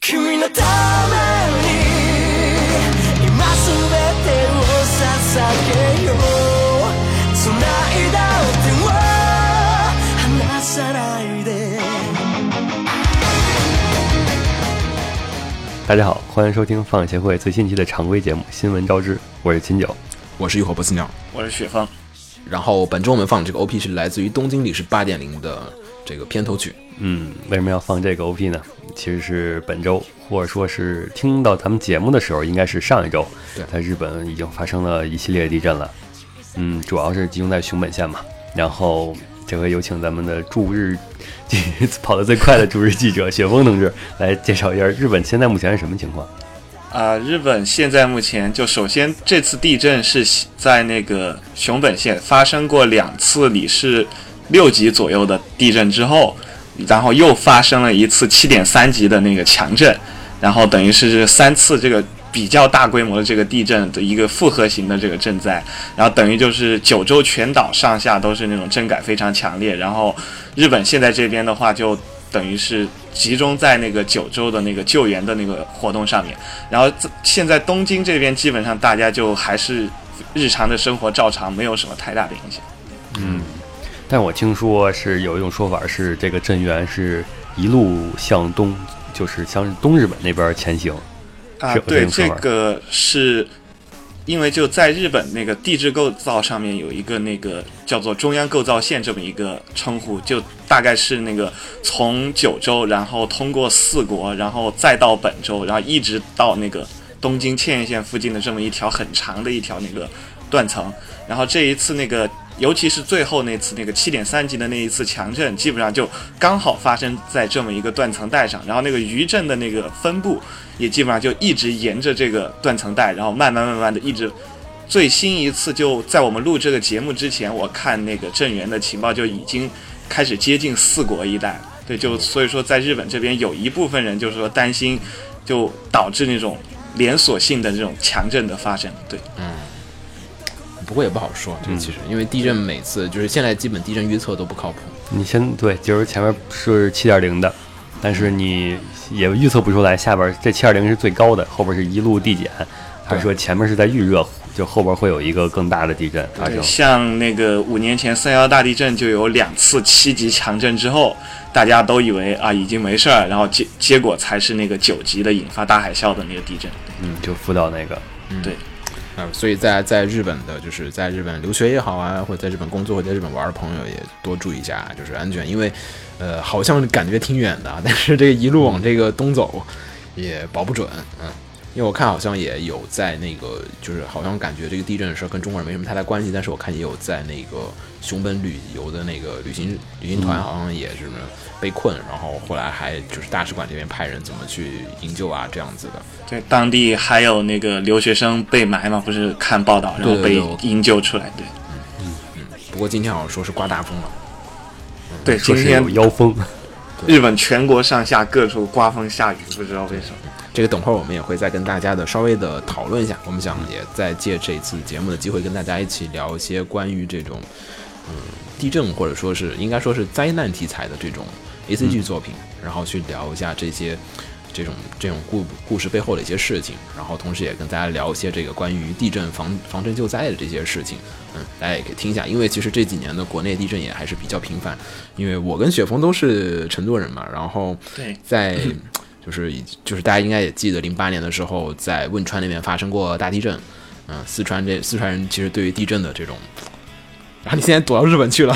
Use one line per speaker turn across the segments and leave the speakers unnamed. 君のために今すべてを捧げよう繋いだ手を離さないで
大家好，欢迎收听放映协会最新一期的常规节目《新闻招之》，我是秦九。
我是浴火不死鸟。
我是雪峰，
然后本周我们放的这个 OP 是来自于《东京理事八点零》的这个片头曲。
嗯，为什么要放这个 OP 呢？其实是本周，或者说是听到咱们节目的时候，应该是上一周
对，
在日本已经发生了一系列地震了。嗯，主要是集中在熊本县嘛。然后这回有请咱们的驻日跑得最快的驻日记者 雪峰同志来介绍一下日本现在目前是什么情况。
啊、日本现在目前就首先这次地震是在那个熊本县发生过两次里氏六级左右的地震之后，然后又发生了一次七点三级的那个强震，然后等于是这三次这个比较大规模的这个地震的一个复合型的这个震灾，然后等于就是九州全岛上下都是那种震感非常强烈，然后日本现在这边的话就等于是集中在那个九州的那个救援的那个活动上面。然后这现在东京这边基本上大家就还是日常的生活照常，没有什么太大的影响。
但我听说是有一种说法是，这个震源是一路向东，就是向东日本那边前行。
啊
是有，这
对，
种说
这
法
个是因为就在日本那个地质构造上面有一个那个叫做中央构造线这么一个称呼，就大概是那个从九州，然后通过四国，然后再到本州，然后一直到那个东京千叶县附近的这么一条很长的一条那个断层。然后这一次那个，尤其是最后那次那个七点三级的那一次强震，基本上就刚好发生在这么一个断层带上。然后那个余震的那个分布也基本上就一直沿着这个断层带，然后慢慢慢慢的一直。最新一次就在我们录这个节目之前，我看那个震源的情报就已经开始接近四国一带了。对，就所以说在日本这边有一部分人就是说担心，就导致那种连锁性的这种强震的发生。对，
不过也不好说，这个其实、因为地震每次就是现在基本地震预测都不靠谱。
你先对，就是前面是七点零的，但是你也预测不出来下边这七点零是最高的，后边是一路递减，还是说前面是在预热，就后边会有一个更大的地震啊发生
对，？像那个五年前三幺大地震就有两次七级强震之后，大家都以为啊已经没事儿，然后结结果才是那个九级的引发大海啸的那个地震。
嗯，就福岛那个，
啊、所以在在日本的，就是在日本留学也好啊，或者在日本工作或者在日本玩的朋友也多注意一下，啊就是安全，因为，呃，好像感觉挺远的啊，但是这一路往这个东走也保不准，嗯，因为我看好像也有在那个，就是好像感觉这个地震的事儿跟中国人没什么太大关系，但是我看也有在那个熊本旅游的那个旅行旅行团，好像也是被困，然后后来还就是大使馆这边派人怎么去营救啊这样子的，
对，当地还有那个留学生被埋嘛，不是看报道，然后
对对
被
对我
营救出来。对
不过今天好像说是刮大风了。
对，今
说是
天
有妖风，
日本全国上下各处刮风下雨，不知道为什么。
这个等会儿我们也会再跟大家的稍微的讨论一下，我们想也再借这次节目的机会跟大家一起聊一些关于这种，嗯，地震或者说是应该说是灾难题材的这种 A C G 作品，然后去聊一下这些这种这种故故事背后的一些事情，然后同时也跟大家聊一些这个关于地震防防震救灾的这些事情，嗯，大家也可以听一下，因为其实这几年的国内地震也还是比较频繁，因为我跟雪峰都是成都人嘛，然后
对
在就是以就是大家应该也记得，零八年的时候在汶川那边发生过大地震，嗯，四川这四川人其实对于地震的这种，然后你现在躲到日本去了，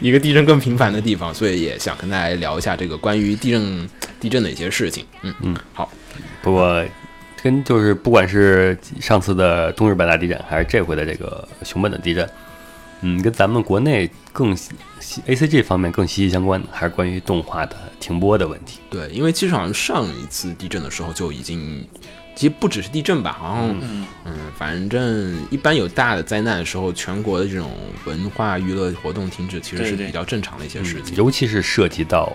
一个地震更频繁的地方，所以也想跟大家聊一下这个关于地震地震的一些事情，嗯嗯，好，
不过。跟就是，不管是上次的东日本大地震，还是这回的这个熊本的地震，嗯，跟咱们国内更 A C G 方面更息息相关的，还是关于动画的停播的问题。
对，因为其实好像上一次地震的时候就已经，其实不只是地震吧，好像嗯反正一般有大的灾难的时候，全国的这种文化娱乐活动停止，其实
对
是
对
比较正常的一些事情。
尤其是涉及到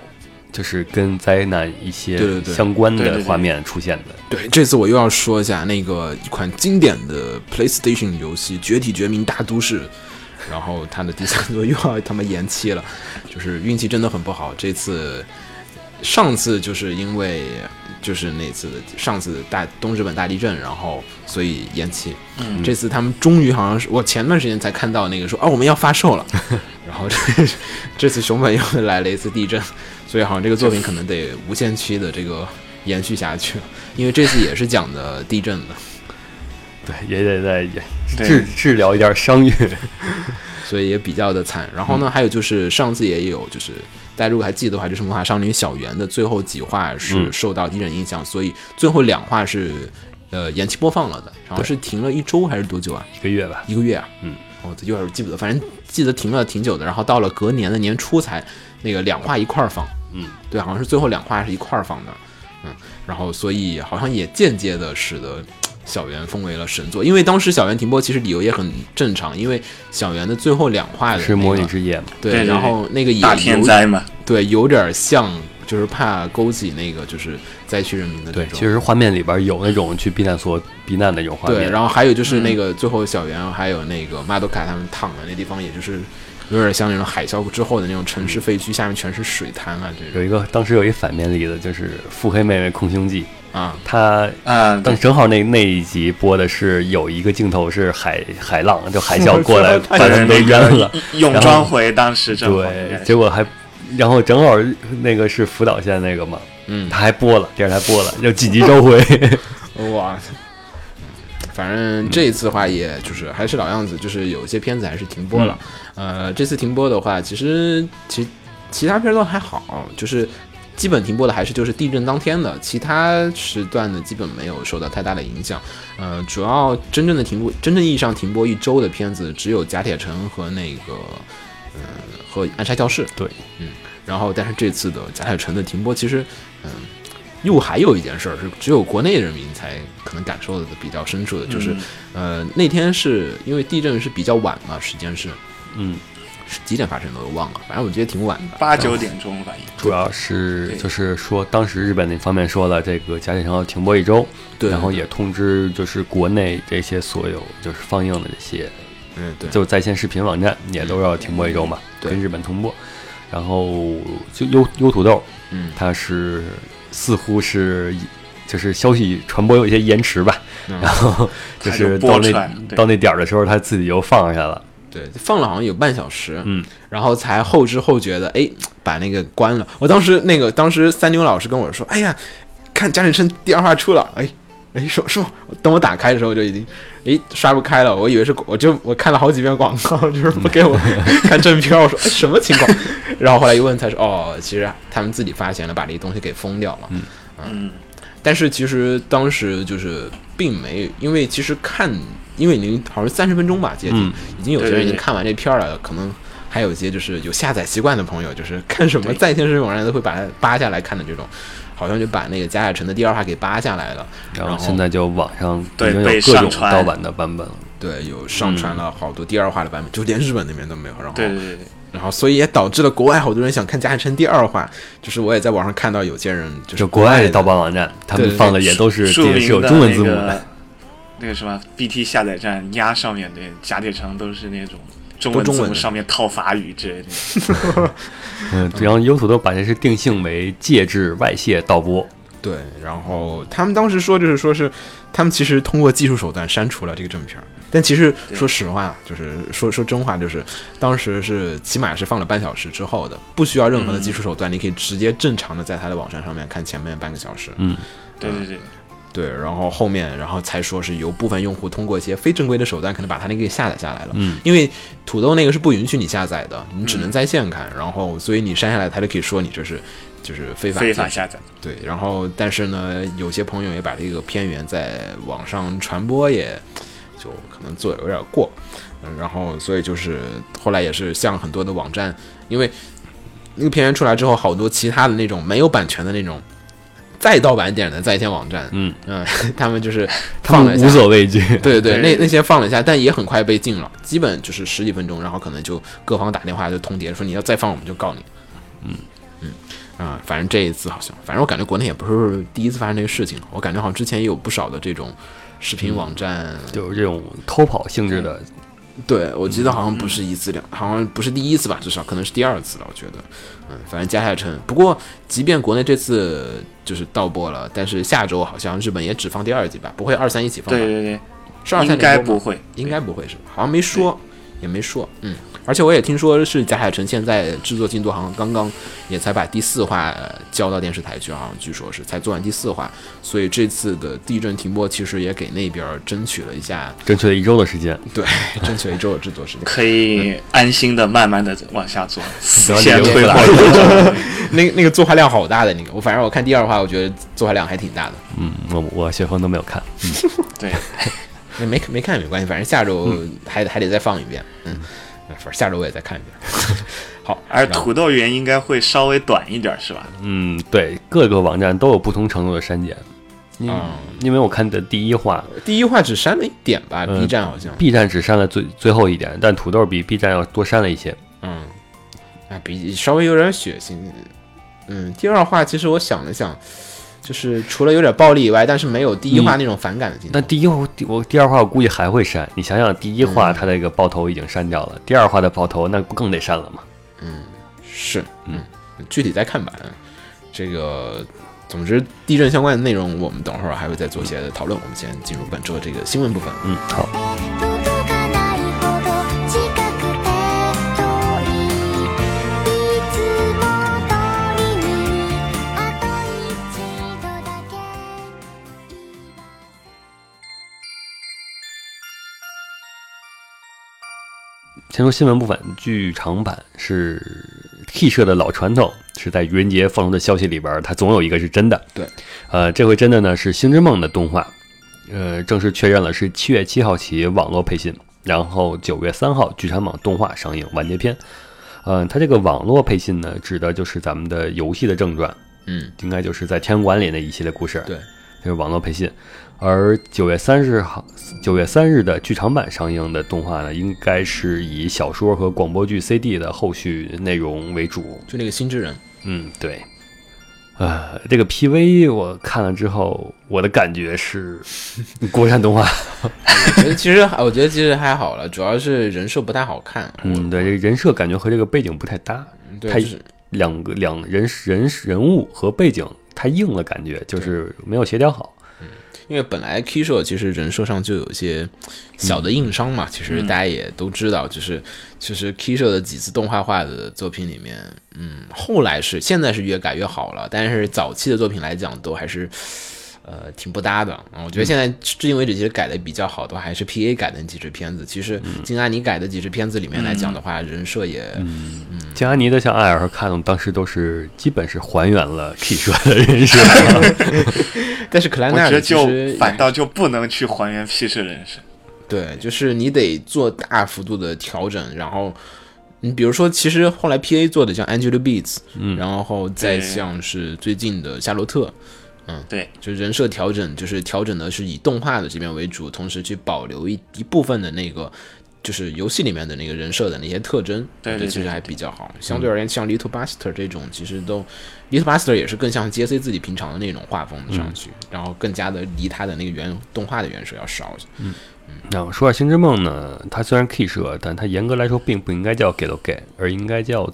就是跟灾难一
对
些
对对
相关
对对
的
对
画面出现的，
对，这次我又要说一下那个一款经典的 PlayStation 游戏《绝体绝命大都市》，然后它的第三座 又要他妈延期了，就是运气真的很不好。这次上次就是因为就是那次上次大东日本大地震，然后所以延期。
嗯
这次他们终于好像是我前段时间才看到那个说哦我们要发售了，然后这这次熊本又来了一次地震，所以好像这个作品可能得无限期的这个延续下去，因为这次也是讲的地震的，
对，也得在也
对
治治疗一点伤愈。
所以也比较的惨。然后呢，还有就是上次也有就是。大家如果还记得的话，就是《魔法少女小圆》的最后几话是
嗯
受到地震影响，所以最后两话是，呃，延期播放了的，好像是停了一周还是多久啊？
一个月吧，
一个月啊，
嗯，
我这有点记不得，反正记得停了挺久的，然后到了隔年的年初才那个两话一块儿放，
嗯，
对，好像是最后两话是一块儿放的，嗯，然后所以好像也间接的使得小圆封为了神作，因为当时小圆停播其实理由也很正常，因为小圆的最后两话的、那个、
是魔女之夜嘛？
对，
对对对
然后那个也
大天
有
灾嘛，
对，有点像就是怕勾起那个就是灾区人民的那
对，
种
其实画面里边有那种去避难所避难的那种画面，嗯
对，然后还有就是那个最后小圆还有那个马多卡他们躺的那地方，也就是有点像那种海啸之后的那种城市废墟，下面全是水滩啊这
有
种
一个当时有一反面例子，就是腹黑妹妹空胸记，
啊，
她
啊，
当正好那那一集播的是有一个镜头是海海浪，就海啸 过来
我知道
把人给淹了，
泳装回当时正好应
对，
该是
结果还。然后正好那个是福岛县那个嘛，
嗯
他还播了，电视台播了，要紧急召回。
哇，反正这一次的话，也就是还是老样子，就是有一些片子还是停播了。呃，这次停播的话，其实其其他片儿都还好，就是基本停播的还是就是地震当天的，其他时段的基本没有受到太大的影响。呃，主要真正的停播，真正意义上停播一周的片子，只有《甲铁城》和那个。嗯，和暗杀教室嗯
对，
然后但是这次的贾海城的停播，其实，嗯，又还有一件事儿是只有国内人民才可能感受的比较深处的，就是，呃，那天是因为地震是比较晚嘛，时间是
嗯，
是几点发生的我忘了，反正我觉得挺晚的，
八九点钟吧，应
主要是就是说，当时日本那方面说了，这个甲铁城要停播一周，
对
然后也通知就是国内这些所有就是放映的这些
嗯对，
就是在线视频网站也都要停播一周嘛，
对
跟日本同播。然后就优优土豆，
嗯
它是似乎是就是消息传播有一些延迟吧，
嗯
然后就
它
是
就播
到
出来
那
了对
到那点儿的时候，它自己又放下了。
对，放了好像有半小时，
嗯，
然后才后知后觉的，哎，把那个关了。我当时那个当时三妞老师跟我说，哎呀，看贾乃生第二话出了，哎。哎，说说，等我打开的时候就已经，哎，刷不开了。我以为是，我就我看了好几遍广告， 就是不给我 看正片儿。我说，哎，什么情况？ 然后后来一问才说，哦，其实他们自己发现了，把这东西给封掉了。
嗯，
但是其实当时就是并没，因为其实看，因为已经好像三十分钟吧，接近、
嗯
已经有些
对
人
对
已经
对
看完这片儿了，可能还有一些就是有下载习惯的朋友，就是看什么在线视频网站都会把它扒下来看的这种，好像就把那个贾雅晨的第二话给扒下来了，
然
后
后现在就网上
对
已经有
被
各
上
种
传
盗版的版本了。
对，有上传
嗯
了好多第二话的版本，就连日本那边都没有，然后
对对对对，
然后所以也导致了国外好多人想看贾雅晨第二话，就是我也在网上看到有些人就是
就国外
的
的盗版网站，他们
对对
放的也都是
著
也是有
名的
中文字
那
幕
个
的。
那个什么 BT 下载站压上面的甲铁城都是那种中
都
文
中
字
文
幕
的
上面套法语之类的，
嗯，然后优土豆把这是定性为介质外泄盗播。
对，然后他们当时说就是说是他们其实通过技术手段删除了这个正片儿，但其实
对
说实话，就是说说真话，就是当时是起码是放了半小时之后的，不需要任何的技术手段，你可以直接正常的在他的网站上面看前面半个小时。
嗯，
对对对，
对，然后后面然后才说是由部分用户通过一些非正规的手段，可能把他那个给下载下来了。
嗯，
因为土豆那个是不允许你下载的，你只能在线看，然后所以你删下来，他就可以说你这是就是非法
非
技
法
术
下载，
对，然后但是呢，有些朋友也把这个片源在网上传播也，就可能做得有点过，嗯，然后所以就是后来也是像很多的网站，因为那个片源出来之后，好多其他的那种没有版权的那种再盗版一点的在线网站，
嗯
他们就是
他
放了
们
一
无
下。
所畏惧。
对对，
对
那那些放了一下，但也很快被禁了，基本就是十几分钟，然后可能就各方打电话就通牒，说你要再放我们就告你。嗯嗯啊、反正这一次好像，反正我感觉国内也不是第一次发生这个事情，我感觉好像之前也有不少的这种视频
嗯
网站，
就是这种偷跑性质的，
对我记得好像不是一次两，好像不是第一次吧，至少可能是第二次了，我觉得，嗯，反正加下称。不过即便国内这次就是盗播了，但是下周好像日本也只放第二集吧，不会二三一起放吧？
对对对，
是二三
应该
联播
不
吗
会，
应该不会是吧？好像没说，也没说，嗯。而且我也听说是贾海城现在制作进度好像刚刚也才把第四话呃交到电视台去，好像据说是才做完第四话，所以这次的地震停播其实也给那边儿争取了一下，
争取了一周的时间，
对，争取了一周的制作时间。
可以安心的慢慢的往下做，
不
死
要
线
理由
挥
不
霍
来
一周。
那那个作画量好大的那个，我反正我看第二话，我觉得作画量还挺大的。
嗯，我我学峰都没有看，
对，
那没没看也没关系，反正下周还、还得再放一遍，嗯，反正下周我也再看一遍。 好，
而
然后
土豆园应该会稍微短一点，是吧？
嗯，对，各个网站都有不同程度的删减，因
啊
因为我看的第一话
第一话只删了一点吧、
嗯
b 站好像，
，B 站只删了最最后一点，但土豆比 B 站要多删了一些，
嗯，啊，比稍微有点血腥。嗯，第二话其实我想了想，就是除了有点暴力以外，但是没有第一话那种反感的镜头。
但第一话我第二话我估计还会删，你想想第一话他那个爆头已经删掉了，第二话的爆头那更得删了嘛，
是，嗯，具体再看吧。嗯这个，总之地震相关的内容，我们等会儿还会再做一些讨论。我们先进入本周的这个新闻部分。
嗯，好，
届かないほど近くて遠いいつも通りにあと一度だけ
先说新闻部分，剧场版是 T 社的老传统，是在愚人节放出的消息里边儿，它总有一个是真的。
对，
呃，这回真的呢是《星之梦》的动画，呃，正式确认了是七月七号起网络配信，然后九月三号剧场版动画上映完结篇。呃，它这个网络配信呢，指的就是咱们的游戏的正传，
嗯，
应该就是在天文馆里那一系列故事。
对，
就是网络配信。而九月三十号，九月三日的剧场版上映的动画呢，应该是以小说和广播剧 CD 的后续内容为主。
就那个新之人，
嗯，对。呃，这个 PV 我看了之后，我的感觉是国产动画。
我觉得其实我觉得其实还好了，主要是人设不太好看。嗯
嗯，对，这个人设感觉和这个背景不太搭，
对，
太
就是
两个两人人人物和背景太硬了，感觉就是没有协调好。
因为本来 K 社其实人设上就有一些小的硬伤嘛，其实
嗯
大家也都知道，就是其实 K 社的几次动画化的作品里面，嗯，后来是现在是越改越好了，但是早期的作品来讲，都还是。呃，挺不搭的。嗯我觉得现在至今为止，其实改的比较好的话，还是 P A 改的那几支片子。其实
嗯
金安妮改的几支片子里面来讲的话，人设也
嗯
江安妮的像艾尔和卡农当时都是基本是还原了 T 社的人设。
但是克莱
我
奈
觉
尔
得
其
就
实
反倒就不能去还原 P 社人士。
对，就是你得做大幅度的调整，然后你比如说，其实后来 P A 做的像 Angela Beats，嗯，然后再
对
像是最近的夏洛特，嗯
对，
就人设调整，就是调整的是以动画的这边为主，同时去保留一一部分的那个。就是游戏里面的那个人设的那些特征，
对
我觉
对
得其
对
实
对
还比较好。相对而言，像 Little Buster 这种，其实都 Little Buster 也是更像 J C 自己平常的那种画风的上去，
嗯
然后更加的离它的那个原动画的元素要少一些。
那我说下《星之梦》呢，它虽然 K 社，但它严格来说并不应该叫 Gay Gay，而应该叫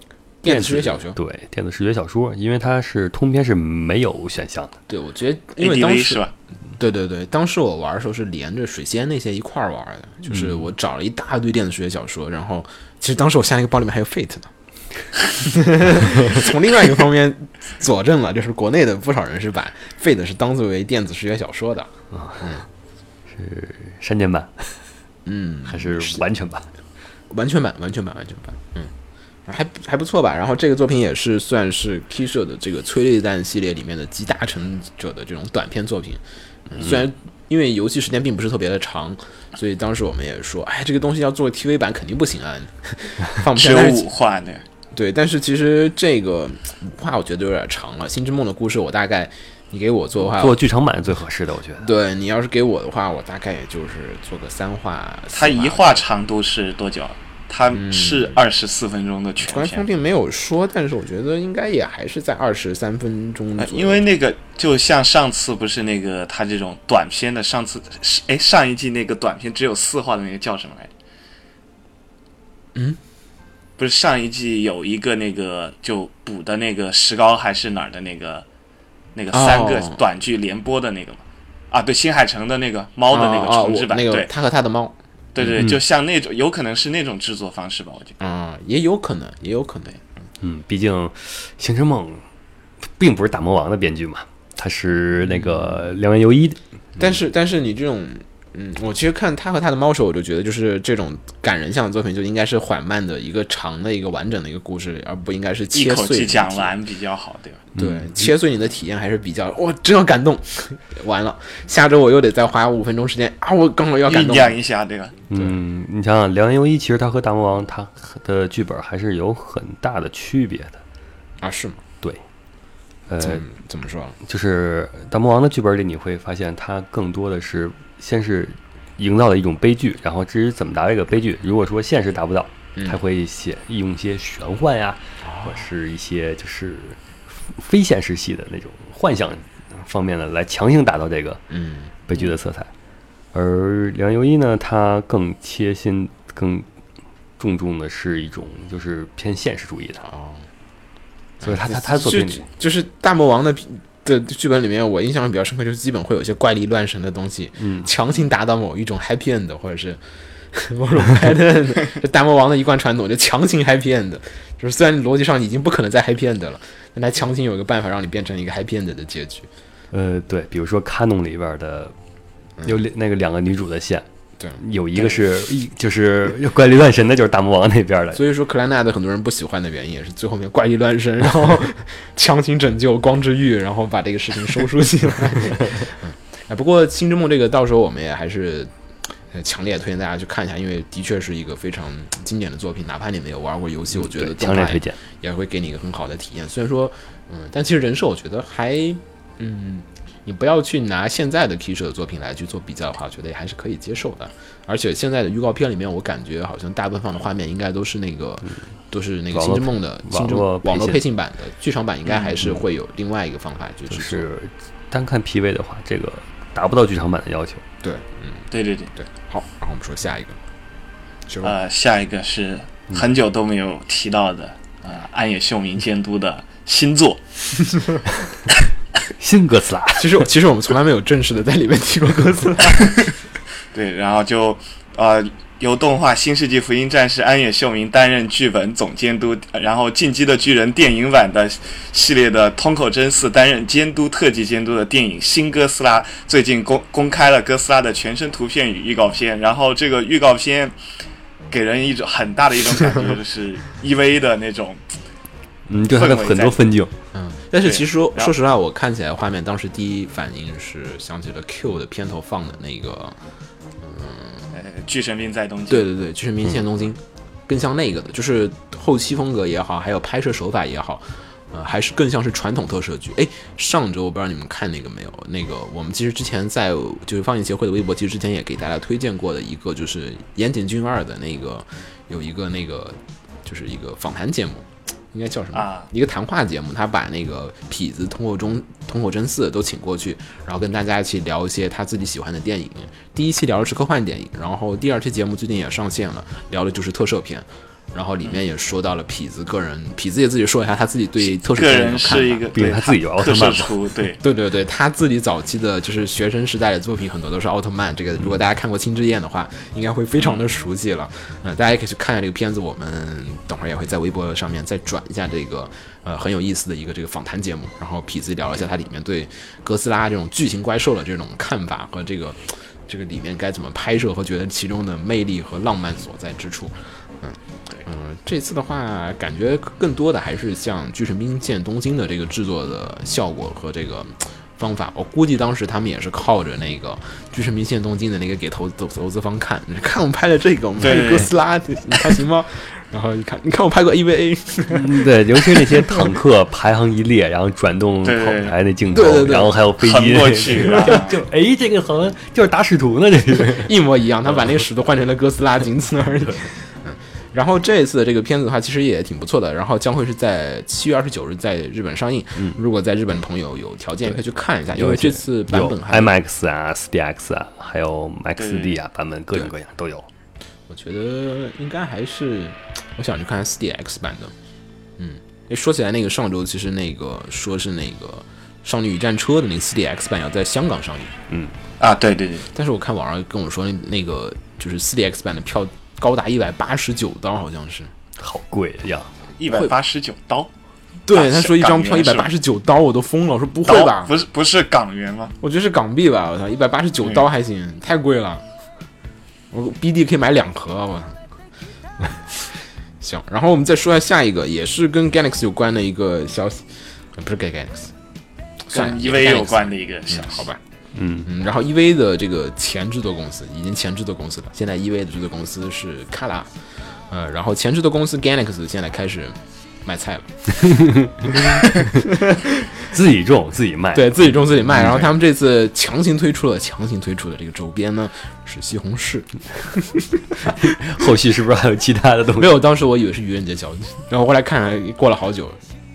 电
电
子视觉小说
对，电子视觉小说，因为它是通篇是没有选项的。
对，我觉得因为当
ADV
时
是吧？
对对对，当时我玩的时候是连着水仙那些一块儿玩的，就是我找了一大堆电子学小说，然后其实当时我下一个包里面还有 Fate 呢， 从另外一个方面佐证了，就是国内的不少人是把 Fate 是当作为电子视觉小说的，
删减版
嗯，
还是完全版？
完全版，完全版，完全版，嗯，还还不错吧。然后这个作品也是算是 K 社的这个催泪弹系列里面的集大成者的这种短片作品，嗯虽然。因为游戏时间并不是特别的长，所以当时我们也说，哎，这个东西要做 TV 版肯定不行啊，放不下
只有
但是
五话呢。
对，但是其实这个五话我觉得有点长了，《星之梦》的故事我大概你给我做的话，
做剧场版最合适的，我觉得。
对你要是给我的话，我大概也就是做个三话。四
它一话
吧
长度是多久？啊它是二十四分钟的全
官方
片。
并没有说，但是我觉得应该也还是在二十三分钟
呃
嗯左右。
因为那个就像上次不是那个它这种短片的，上次是哎上一季那个短片只有四话的那个叫什么来着？嗯，
嗯
不是上一季有一个那个就补的那个石膏还是哪儿的那个那个三个
哦
短剧连播的那个嘛？啊，对，新海诚的那个猫的那个
啊啊
重置
我
版，
那个嗯
对
他和他的猫，
对对，就像那种有可能是那种制作方式吧，我觉得。
啊、也有可能，也有可能。
嗯，毕竟《星之梦》并不是打魔王的编剧嘛，他是那个
嗯
梁元由一。
但是，但是你这种，嗯，我其实看他和他的猫的时候，我就觉得，就是这种感人向的作品，就应该是缓慢的一个长的一个完整的一个故事，而不应该是
一
切
口
碎
气
的
讲完比较好，对吧？
对，切碎你的体验还是比较，哇，真要感动。 完了，下周我又得再花五分钟时间啊，我刚好要感
酝
动。
酿一下，对吧？
嗯，你想想，梁元由一其实他和大魔王他的剧本还是有很大的区别的。
啊，是吗？
对，呃，
怎么怎么说？
就是大魔王的剧本里，你会发现它更多的是先是营造了一种悲剧，然后至于怎么达到这个悲剧，如果说现实达不到，他会写用一些玄幻呀，或者是一些就是非现实系的那种幻想方面的来强行打造这个
嗯
悲剧的色彩。而梁由一呢，他更贴心、更注重的是一种就是偏现实主义的，
哦，
所以他他他作品
就
里
就是大魔王的的剧本里面，我印象比较深刻，就是基本会有一些怪力乱神的东西，
嗯
强行达到某一种 happy end，或者是 某种 happy end。这 大魔王的一贯传统，就强行 happy end，就是虽然逻辑上已经不可能再 happy end 了，但他强行有一个办法让你变成一个 happy end 的结局。
呃，对，比如说《卡农》里边的有两那个两个女主的线，
嗯对，
有一个是一就是怪力乱神的，就是大魔王那边的。
所以说克莱纳的很多人不喜欢的原因也是最后面怪力 乱神，然后强行拯救光之玉，然后把这个事情收束 起来。嗯哎，不过《星之梦》这个到时候我们也还是。呃强烈推荐大家去看一下，因为的确是一个非常经典的作品。哪怕你没有玩过游戏，我觉得
对，
动
强烈
画
推荐。
也会给你一个很好的体验。虽然说，嗯，但其实人设我觉得还，嗯，你不要去拿现在的 K 社的作品来去做比较的话，我觉得也还是可以接受的。而且现在的预告片里面，我感觉好像大部分放的画面应该都是那个，都是那
嗯
个
网
《星
络
之梦》的《
网
星之
络
梦》
配
网络
信嗯
配信版的，剧场版应该还是会有另外一个方法去
就
制作。
是单看 PV 的话，这个达不到剧场版的要求。
对
对对对，
对，好，然后我们说下一个，是
啊
吧？
呃，下一个是很久都没有提到的，呃，安野秀明监督的新作，
新哥斯拉，
其实其实我们从来没有正式的在里面提过歌词。
对，然后就呃由动画《新世纪福音战士》安野秀明担任剧本总监督，然后《进击的巨人》电影版的系列的通口真嗣担任监督特级监督的电影《新哥斯拉》，最近公公开了哥斯拉的全身图片与预告片，然后这个预告片给人一种很大的一种感觉，就是 EV 的那种。
嗯，就它的很多分镜，
嗯，但是
对
其实说
然
说
后
实话，我看起来画面当时第一反应是想起了 Q 的片头放的那个，
呃，巨神兵在东京。
对对对，就是《明线东
嗯
京》更像那个的，就是后期风格也好，还有拍摄手法也好，呃，还是更像是传统特摄剧。哎，上周我不知道你们看那个没有？那个我们其实之前在就是放映协会的微博，其实之前也给大家推荐过的一个，就是岩井俊二的那个有一个那个就是一个访谈节目。应该叫什么？
啊
一个谈话节目，他把那个痞子通口中、通口真嗣都请过去，然后跟大家一起聊一些他自己喜欢的电影。第一期聊的是科幻电影，然后第二期节目最近也上线了，聊的就是特摄片。然后里面也说到了痞子个人，痞子也自己说一下他自己对特摄
个
片的
人
看法
是一个，
毕竟
对
他自己有奥特
特
曼
摄
嘛
出， 对，
对对对，他自己早期的就是学生时代的作品很多都是奥特曼，这个如果大家看过《青之焰》的话，应该会非常的熟悉了。呃，大家也可以去看一下这个片子，我们等会儿也会在微博上面再转一下这个呃很有意思的一个这个访谈节目，然后痞子聊了一下他里面对哥斯拉这种巨型怪兽的这种看法和这个这个里面该怎么拍摄和觉得其中的魅力和浪漫所在之处。嗯，这次的话，感觉更多的还是像《巨神兵剑：东京》的这个制作的效果和这个嗯方法。我估计当时他们也是靠着那个巨石迷现东京的那个给投投投资方看， 你看我拍了这个，我们拍了
对
哥斯拉，你还行吗？然后一看，你看我拍过 E EVA，
嗯 对，尤其是那些坦克排行一列，然后转动
对对
炮
对
台那镜头，
对对对
然后还有飞机
横 过去啊
就就哎，这个好像就是打使徒呢，这是。
一模一样，他把那个石头换成了哥斯拉，仅此而已。嗯，然后这一次的这个片子的话，其实也挺不错的，然后将会是在七月二十九日在日本上映。嗯，如果在日本的朋友有条件可以去看一下，因为这次版本
有
还
IMAX 啊、4DX 啊，还有 MaxD 啊版本，各种各样都有。
我觉得应该还是我想去看 4DX 版的。嗯，诶说起来那个上周其实那个说是那个《少女与战车》的那个 4DX 版要在香港上映，
啊，对对对，
但是我看网上跟我说那那个就是 4DX 版的票高达一百八十九刀，好像是。
好贵呀！
一百八十九刀，
对，
啊
他说一张票一
港元
百
是
八
吧
十九刀，我都疯了。我说不会
刀
吧？
不是嗯不是港元吗？
我觉得是港币吧。我操，一百八十九刀还行，太贵了。我 BD 可以买两盒，啊我操。 行，然后我们再说一下下一个，也是跟 Galaxy 有关的一个消息，呃不是 Galaxy，算了
跟
也是
EV 有
Galaxy
关的一个
嗯
消息
好。吧。
嗯
嗯，然后 EV 的这个前制作公司已经前制作公司了，现在 EV 的制作公司是 Kala，呃，然后前制作公司 Galaxy 现在开始卖菜了。
自己种自己卖，
对自己种自己卖。然后他们这次强行推出了强行推出的这个周边呢是西红柿，
后续是不是还有其他的东
没
西？
有，当时我以为是愚人节消息，然后后来看来过了好久，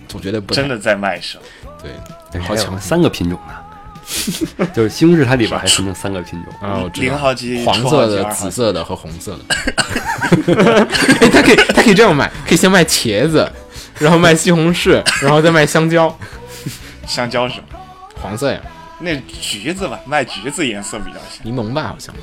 总觉得不太
真的在卖手，
对，好强
三个品种呢， 就是西红柿它里边还分成三个 品种。
啊！我知
零
道
号机、
黄
初
色
号机
的、
二
紫
号机
色的和红色的， 哎，他可以，他可以这样卖，可以先卖茄子，然后卖西红柿，然后再卖香蕉，
香蕉是吧？
黄色呀，
那橘子吧，卖橘子颜色比较像。
柠檬吧，好像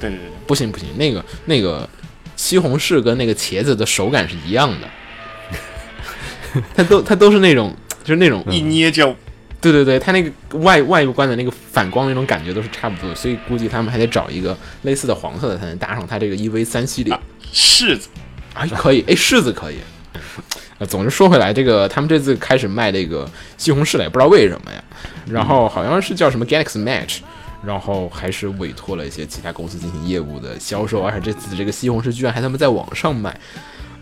对对对，
不行不行，那个那个西红柿跟那个茄子的手感是一样的， 它都它都是那种就是那种
对一捏就
对对对，它那个外外观的那个反光那种感觉都是差不多的，所以估计他们还得找一个类似的黄色的才能搭上它这个 EV 三系
啊
列。
柿子，
啊，可以，哎，柿子可以。呃，总之说回来，这个他们这次开始卖这个西红柿了，也不知道为什么呀。然后好像是叫什么 Galaxy Match，然后还是委托了一些其他公司进行业务的销售，而且这次这个西红柿居然还他们在网上卖，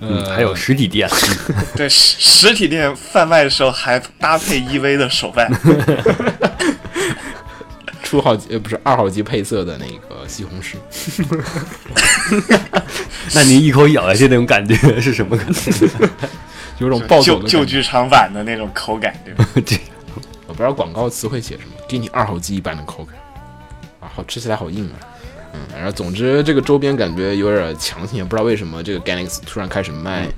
嗯，还有实体店，
对实实体店贩卖的时候还搭配 EV 的手办，
初号机呃不是二号机配色的那个西红柿，
那您一口咬下去那种感觉是什么感觉？
有种 暴走
旧
的
旧
感觉。
剧场版的那种口感，对吧？
这
我不知道广告词会写什么，给你二号机一般的口感，啊，好吃起来好硬啊。嗯，然后总之这个周边感觉有点强行，也不知道为什么这个 Galaxy 突然开始卖。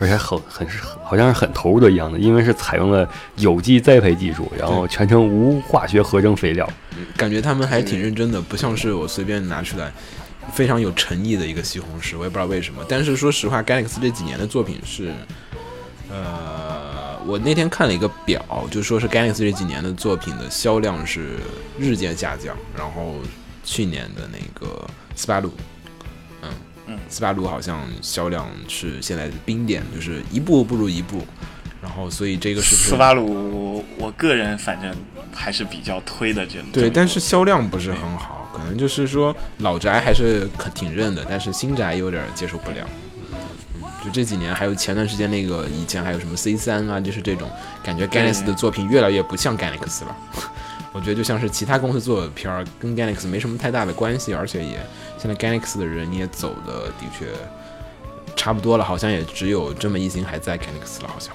而且很很是好像是很投入的一样的，因为是采用了有机栽培技术，然后全程无化学合成肥 料。
感觉他们还挺认真的，不像是我随便拿出来非常有诚意的一个西红柿，我也不知道为什么。但是说实话，Galaxy 这几年的作品是，呃，我那天看了一个表，就说是 Galaxy 这几年的作品的销量是日渐下降，然后去年的那个斯巴鲁。嗯
嗯
斯巴鲁好像销量是现在的冰点，就是一步不如一步，然后所以这个是不是
斯巴鲁，我个人反正还是比较推的这
对，
这
但是销量不是很好，可能就是说老宅还是可挺认的，但是新宅有点接受不了。嗯就这几年，还有前段时间那个以前还有什么 C 三啊，就是这种感觉 Galaxy 的作品越来越不像 Galaxy 了。 我觉得就像是其他公司做的片儿，跟 Galaxy 没什么太大的关系，而且也现在 Galaxy 的人也走的的确差不多了，好像也只有真本一行还在 Galaxy 了，好像。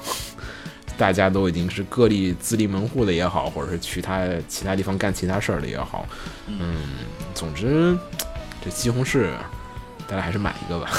大家都已经是各立自立门户的也好，或者是去他其他地方干其他事儿的也好，嗯，总之这西红柿，大家还是买一个吧。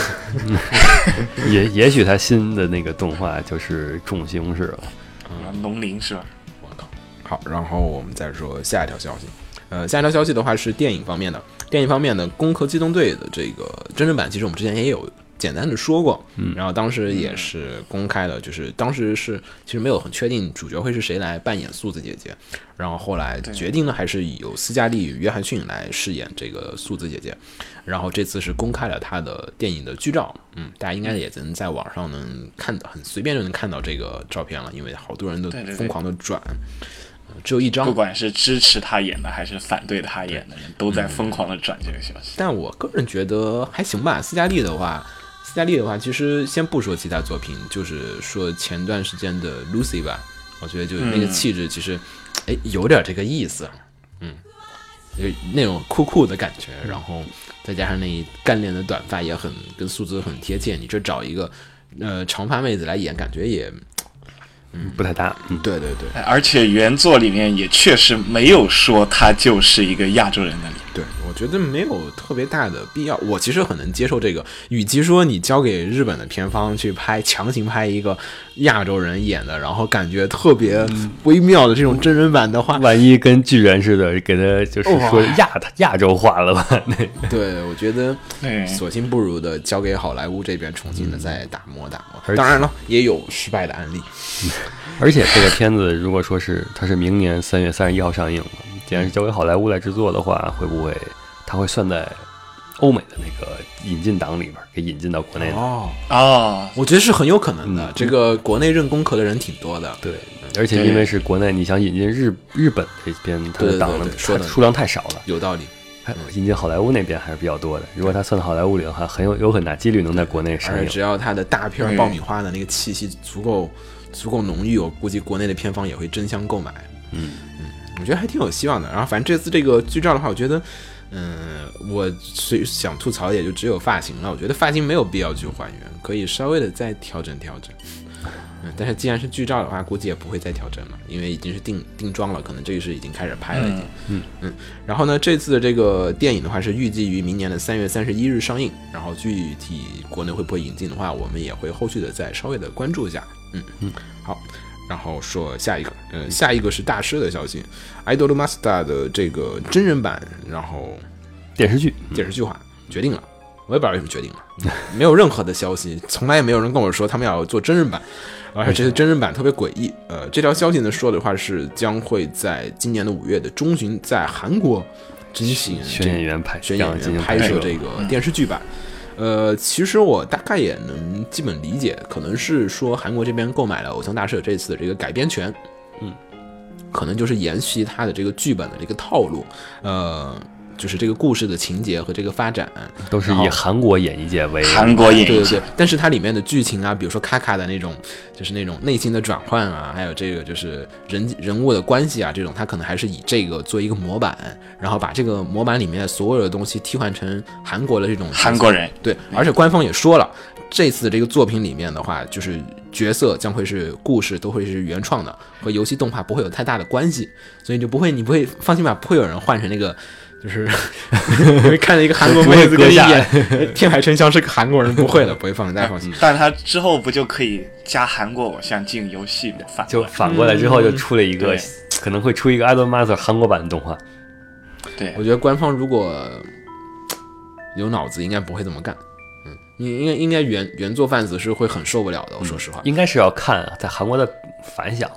也也许他新的那个动画就是种西红柿了。
种农林是吧？
我靠！好，然后我们再说下一条消息。呃，下一条消息的话是电影方面的，电影方面的《攻壳机动队》的这个真人版，其实我们之前也有简单的说过，嗯，然后当时也是公开了，就是当时是其实没有很确定主角会是谁来扮演素子姐姐，然后后来决定呢还是由斯嘉丽与约翰逊来饰演这个素子姐姐，然后这次是公开了他的电影的剧照，嗯，大家应该也能在网上能看到，很随便就能看到这个照片了，因为好多人都
对对对
疯狂的转。嗯只有一张
不。管是支持他演的还是反对他演的人，都在疯狂的转这个消息。
但我个人觉得还行吧。斯嘉丽的话，斯嘉丽的话，其实先不说其他作品，就是说前段时间的 Lucy 吧，我觉得就那个气质，其实，哎、有点这个意思，嗯，有那种酷酷的感觉，然后再加上那一干练的短发也很跟素质很贴切。你这找一个呃长发妹子来演，感觉也
不太搭。嗯，
对对对
而且原作里面也确实没有说他就是一个亚洲人的脸。
对，我觉得没有特别大的必要。我其实很能接受这个，与其说你交给日本的片方去拍，强行拍一个亚洲人演的，然后感觉特别微妙的这种真人版的话，
万一跟巨人似的，给他就是说亚他亚洲化了吧？ 那
对我觉得
对
索性不如的交给好莱坞这边重新的再打磨打
而
磨。当然了，也有失败的案例。
而且这个片子如果说是它是明年三月三十一号上映嘛，既然是交给好莱坞来制作的话，会不会它会算在欧美的那个引进档里边儿给引进到国内呢？
哦，
哦，
我觉得是很有可能的。
嗯
这个国内认功课的人挺多的。
对，而且因为是国内，你想引进日日本这边，它的
对对
档
对
呢
对说
它
的
数量太少了，
有道理。
还引进好莱坞那边还是比较多的。如果它算到好莱坞里的话，很有有很大几率能在国内上
而
映。
只要它的大片儿
嗯
爆米花的那个气息足够足够浓郁，我估计国内的片方也会争相购买。嗯嗯，我觉得还挺有希望的。然后反正这次这个剧照的话，我觉得，嗯，我最想吐槽也就只有发型了。我觉得发型没有必要去还原，可以稍微的再调整调整。嗯，但是既然是剧照的话，估计也不会再调整了，因为已经是定定妆了，可能这个是已经开始拍了，已经。嗯嗯。然后呢，这次的这个电影的话是预计于明年的三月三十一日上映，然后具体国内会不会引进的话，我们也会后续的再稍微的关注一下。嗯嗯，好。然后说下一个，呃，下一个是大师的消息，《Idol Master》的这个真人版，然后
电视剧，
电视剧化决定了，我也不知道为什么决定了，没有任何的消息，从来也没有人跟我说他们要做真人版，而且这次真人版特别诡异。呃，这条消息呢说的话是将会在今年的五月的中旬在韩国进行
选演员拍，
选
这
演
样进
员
行
拍
摄
摄
嗯
这个电视剧版。呃，其实我大概也能基本理解，可能是说韩国这边购买了《偶像大社》这次的这个改编权，嗯，可能就是沿袭它的这个剧本的这个套路，呃，就是这个故事的情节和这个发展，
都是
然后
以韩国演艺界为
韩国演
对
艺
对
界
对，但是它里面的剧情啊，比如说卡卡的那种，就是那种内心的转换啊，还有这个就是人人物的关系啊，这种它可能还是以这个做一个模板，然后把这个模板里面的所有的东西替换成韩国的这种
韩国人
对，而且官方也说了，这次这个作品里面的话，就是角色将会是故事都会是原创的，和游戏动画不会有太大的关系，所以就不会，你不会放心吧？不会有人换成那个。就是因为看着一个韩国妹子跟你演《天海春香》是个韩国人，不会的，不会放心，大家放心。
但他之后不就可以加韩国偶像进游戏吗？反
就
过来
反过来之后就出了一个
嗯
对，
可能会出一个《Idol Master》韩国版的动画。
对
我，觉得官方如果有脑子，应该不会这么干。嗯，应应该应该原原作贩子是会很受不了的。我说实话，
应该是要看啊在韩国的反响 了。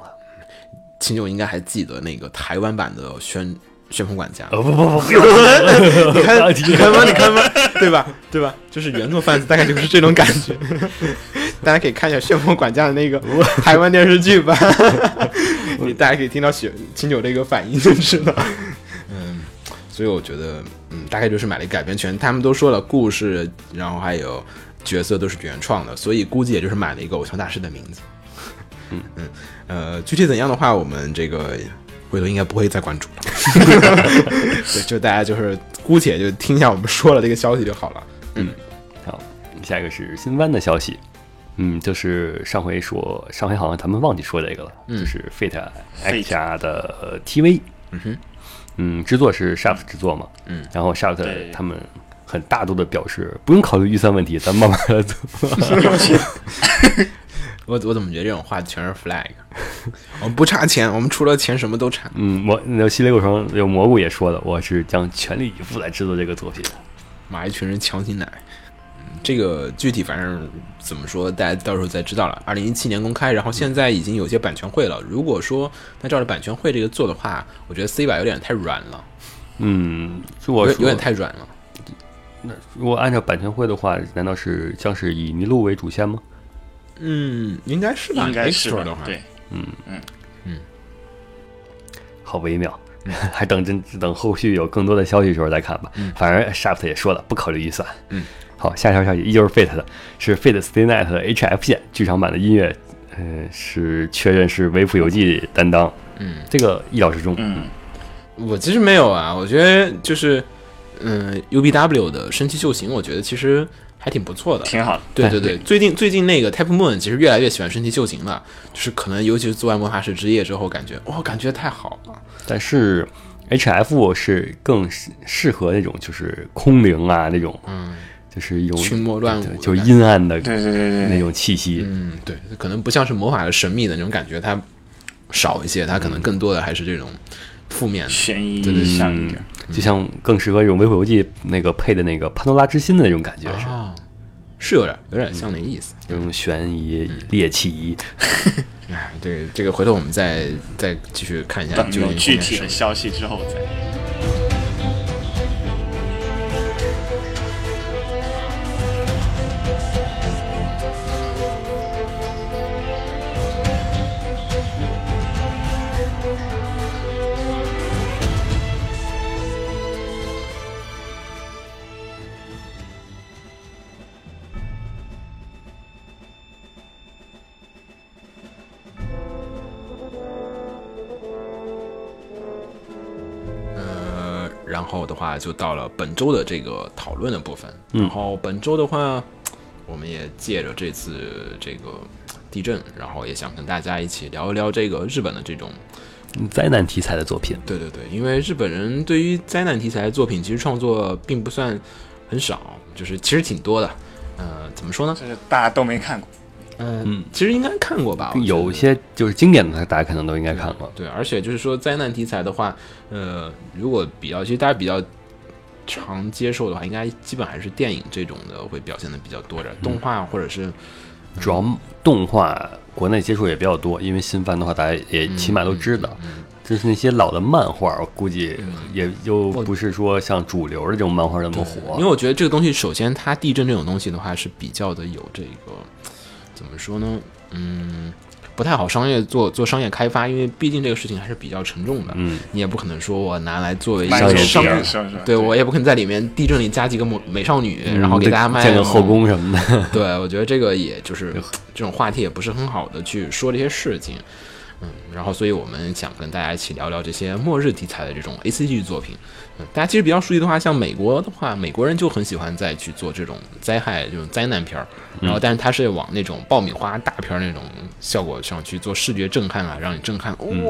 秦九应该还记得那个台湾版的宣旋风管家。
呃不不不，你看
你看吧，你看吧，对吧？对吧？就是原作贩子大概就是这种感觉。 大家可以看一下《旋风管家》的那个台湾电视剧吧， 你大家可以听到雪秦九这个反应就知道。嗯，所以我觉得，嗯，大概就是买了一个改编权，他们都说了故事，然后还有角色都是原创的，所以估计也就是买了一个偶像大师的名字。 嗯嗯，呃，具体怎样的话，我们这个回头应该不会再关注了。对，就大家就是姑且就听一下我们说了这个消息就好了。
好，下一个是新番的消息。嗯，就是上回说，上回好像咱们忘记说这个了，
嗯
就是 Fate X 家的 TV。嗯
哼，
嗯，制作是 Shaft 制作嘛。
嗯，
然后 Shaft
对
他们很大度的表示，不用考虑预算问题，咱慢慢的做。
我我怎么觉得这种话全是 flag？我们不差钱，我们除了钱什么都差。
嗯，蘑那西雷狗城有蘑菇也说了，我是将全力以赴来制作这个作品。
妈，一群人强行奶。嗯这个具体反正怎么说，大家到时候再知道了。二零一七年公开，然后现在已经有些版权会了。如果说他照着版权会这个做的话，我觉得 C 版有点太软了，
嗯，如
有
果
点有
说
点太软了。
如果按照版权会的话，难道是将是以麋鹿为主线吗？
嗯，应该是吧？
应该是
Extra
吧
的话，
对，
好微妙。还等真等后续有更多的消息时候再看吧。反正 Shaft 也说了，不考虑预算。
嗯，
好，下条消息依旧是 Fate 的，是 Fate Stay Night 的 HF 线剧场版的音乐，呃，是确认是维普游记担当。
嗯，
这个易老师中，
嗯，
我其实没有啊，我觉得就是，嗯、u b w 的神奇秀行，我觉得其实还挺不错的。
挺好的。
对对对，最近最近那个 Type Moon 其实越来越喜欢神奇秀行了，就是可能尤其是做完魔法使之夜之后，感觉哇、感觉太好了。
但是 HF 是更适适合那种就是空灵啊那种，
嗯
就是有
群魔乱舞
对
的
就是
感觉
阴暗的
对对对对，
那种气息。
嗯，对，可能不像是魔法的神秘的那种感觉，它少一些，它
嗯
可能更多的还是这种负面的。
悬疑
对对对
像一点。
嗯
就像更适合这种《维普游记》那个配的那个潘多拉之心的那种感觉是，
哦，是有点有点像那意思。
那种悬疑、猎奇，
哎，这个这个回头我们再再继续看一下
嗯等
究
有
竟
具
后面
体
是
的消息之后再。
呃，然后的话就到了本周的这个讨论的部分。然后本周的话，我们也借着这次这个地震，然后也想跟大家一起聊一聊这个日本的这种
灾难题材的作品。
对对对，因为日本人对于灾难题材的作品其实创作并不算很少，就是其实挺多的。呃，怎么说呢？
就是大家都没看过，
嗯，其实应该看过吧，我觉得
有一些就是经典的，大家可能都应该看过。
对，而且就是说灾难题材的话，呃，如果比较，其实大家比较常接受的话，应该基本还是电影这种的会表现的比较多点，动画或者是
嗯
嗯
主要动画国内接触也比较多，因为新番的话，大家也
嗯
起码都知道。就是那些老的漫画，我估计也就不是说像主流的这种漫画那么
因为
火。
我觉得这个东西，首先它地震这种东西的话是比较的有这个怎么说呢？嗯，不太好商业做做商业开发，因为毕竟这个事情还是比较沉重的。
嗯，
你也不可能说我拿来作为一
卖
商
个
业
商
片
业
儿。
是是？
对，我也不可能在里面地震里加几个美美少女，然后给
嗯
大家卖
建个后宫什么的。
对，我觉得这个 也就是这种话题也不是很好的去说这些事情。嗯，然后所以我们想跟大家一起聊聊这些末日题材的这种 A C G 作品。嗯，大家其实比较熟悉的话，像美国的话，美国人就很喜欢再去做这种灾害、这种灾难片儿，
嗯
然后但是它是往那种爆米花大片儿那种效果上去做视觉震撼啊，让你震撼，哇、
嗯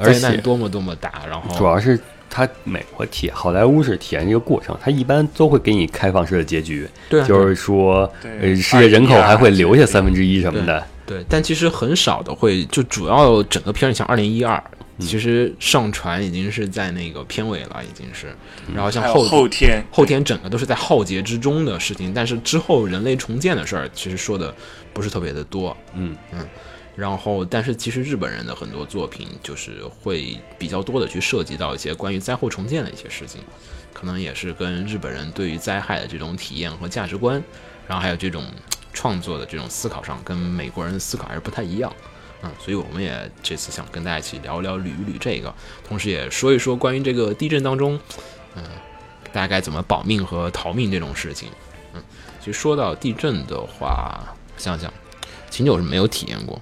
而
灾难
且
多么多么大，然后
主要是它美国体好莱坞是体验这个过程，它一般都会给你开放式的结局，
对啊
就是说，
对
呃，世界人口还会留
啊
下三分之一什么的。
对，但其实很少的会，就主要整个片儿，你像二零一二，其实上传已经是在那个片尾了，已经是，然后像
还有
后
后天
后天整个都是在浩劫之中的事情，但是之后人类重建的事儿，其实说的不是特别的多，
嗯
嗯。然后，但是其实日本人的很多作品就是会比较多的去涉及到一些关于灾后重建的一些事情，可能也是跟日本人对于灾害的这种体验和价值观，然后还有这种创作的这种思考上，跟美国人的思考还是不太一样。嗯，所以我们也这次想跟大家一起聊聊、捋一捋这个，同时也说一说关于这个地震当中，嗯、大家该怎么保命和逃命这种事情。嗯，其实说到地震的话，想想，秦九是没有体验过，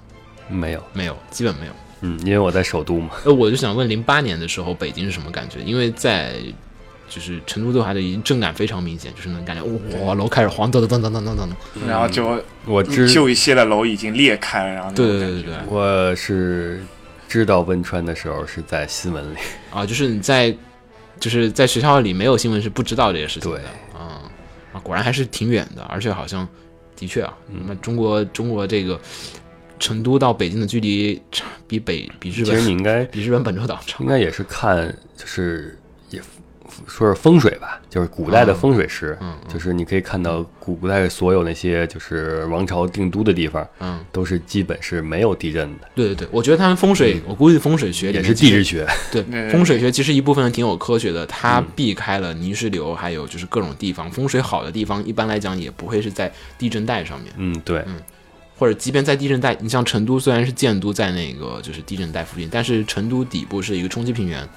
没有，
没有，基本没有。
嗯，因为我在首都嘛，
呃，我就想问，零八年的时候北京是什么感觉？因为在就是成都对话的已经震感非常明显，就是能感觉哇，楼开始晃，噔噔噔噔噔噔噔。
然后就
我知
旧一些的楼已经裂开了，然后那
对
种
嗯对
感
对对
觉
对，
我是知道汶川的时候是在新闻里，
啊，就是你在就是在学校里没有新闻是不知道这些事情的
对。
啊、啊，果然还是挺远的，而且好像的确啊，
嗯
那、么中国中国这个成都到北京的距离差比北比
其
日
实你
本
应该
比日本本州岛长
应。该也是看，就是也说是风水吧，就是古代的风水师，
嗯嗯
就是你可以看到古古代所有那些就是王朝定都的地方，
嗯，
都是基本是没有地震的，
对对对，我觉得他们风水，我估计风水学
嗯
里
也
面
是
其
地
实
质学。
对
对
风水学其实一部分挺有科学的，
嗯
它避开了泥石流，还有就是各种地方风水好的地方，一般来讲也不会是在地震带上面。
嗯，对，
或者即便在地震带，你像成都虽然是建都在那个就是地震带附近，但是成都底部是一个冲积平原，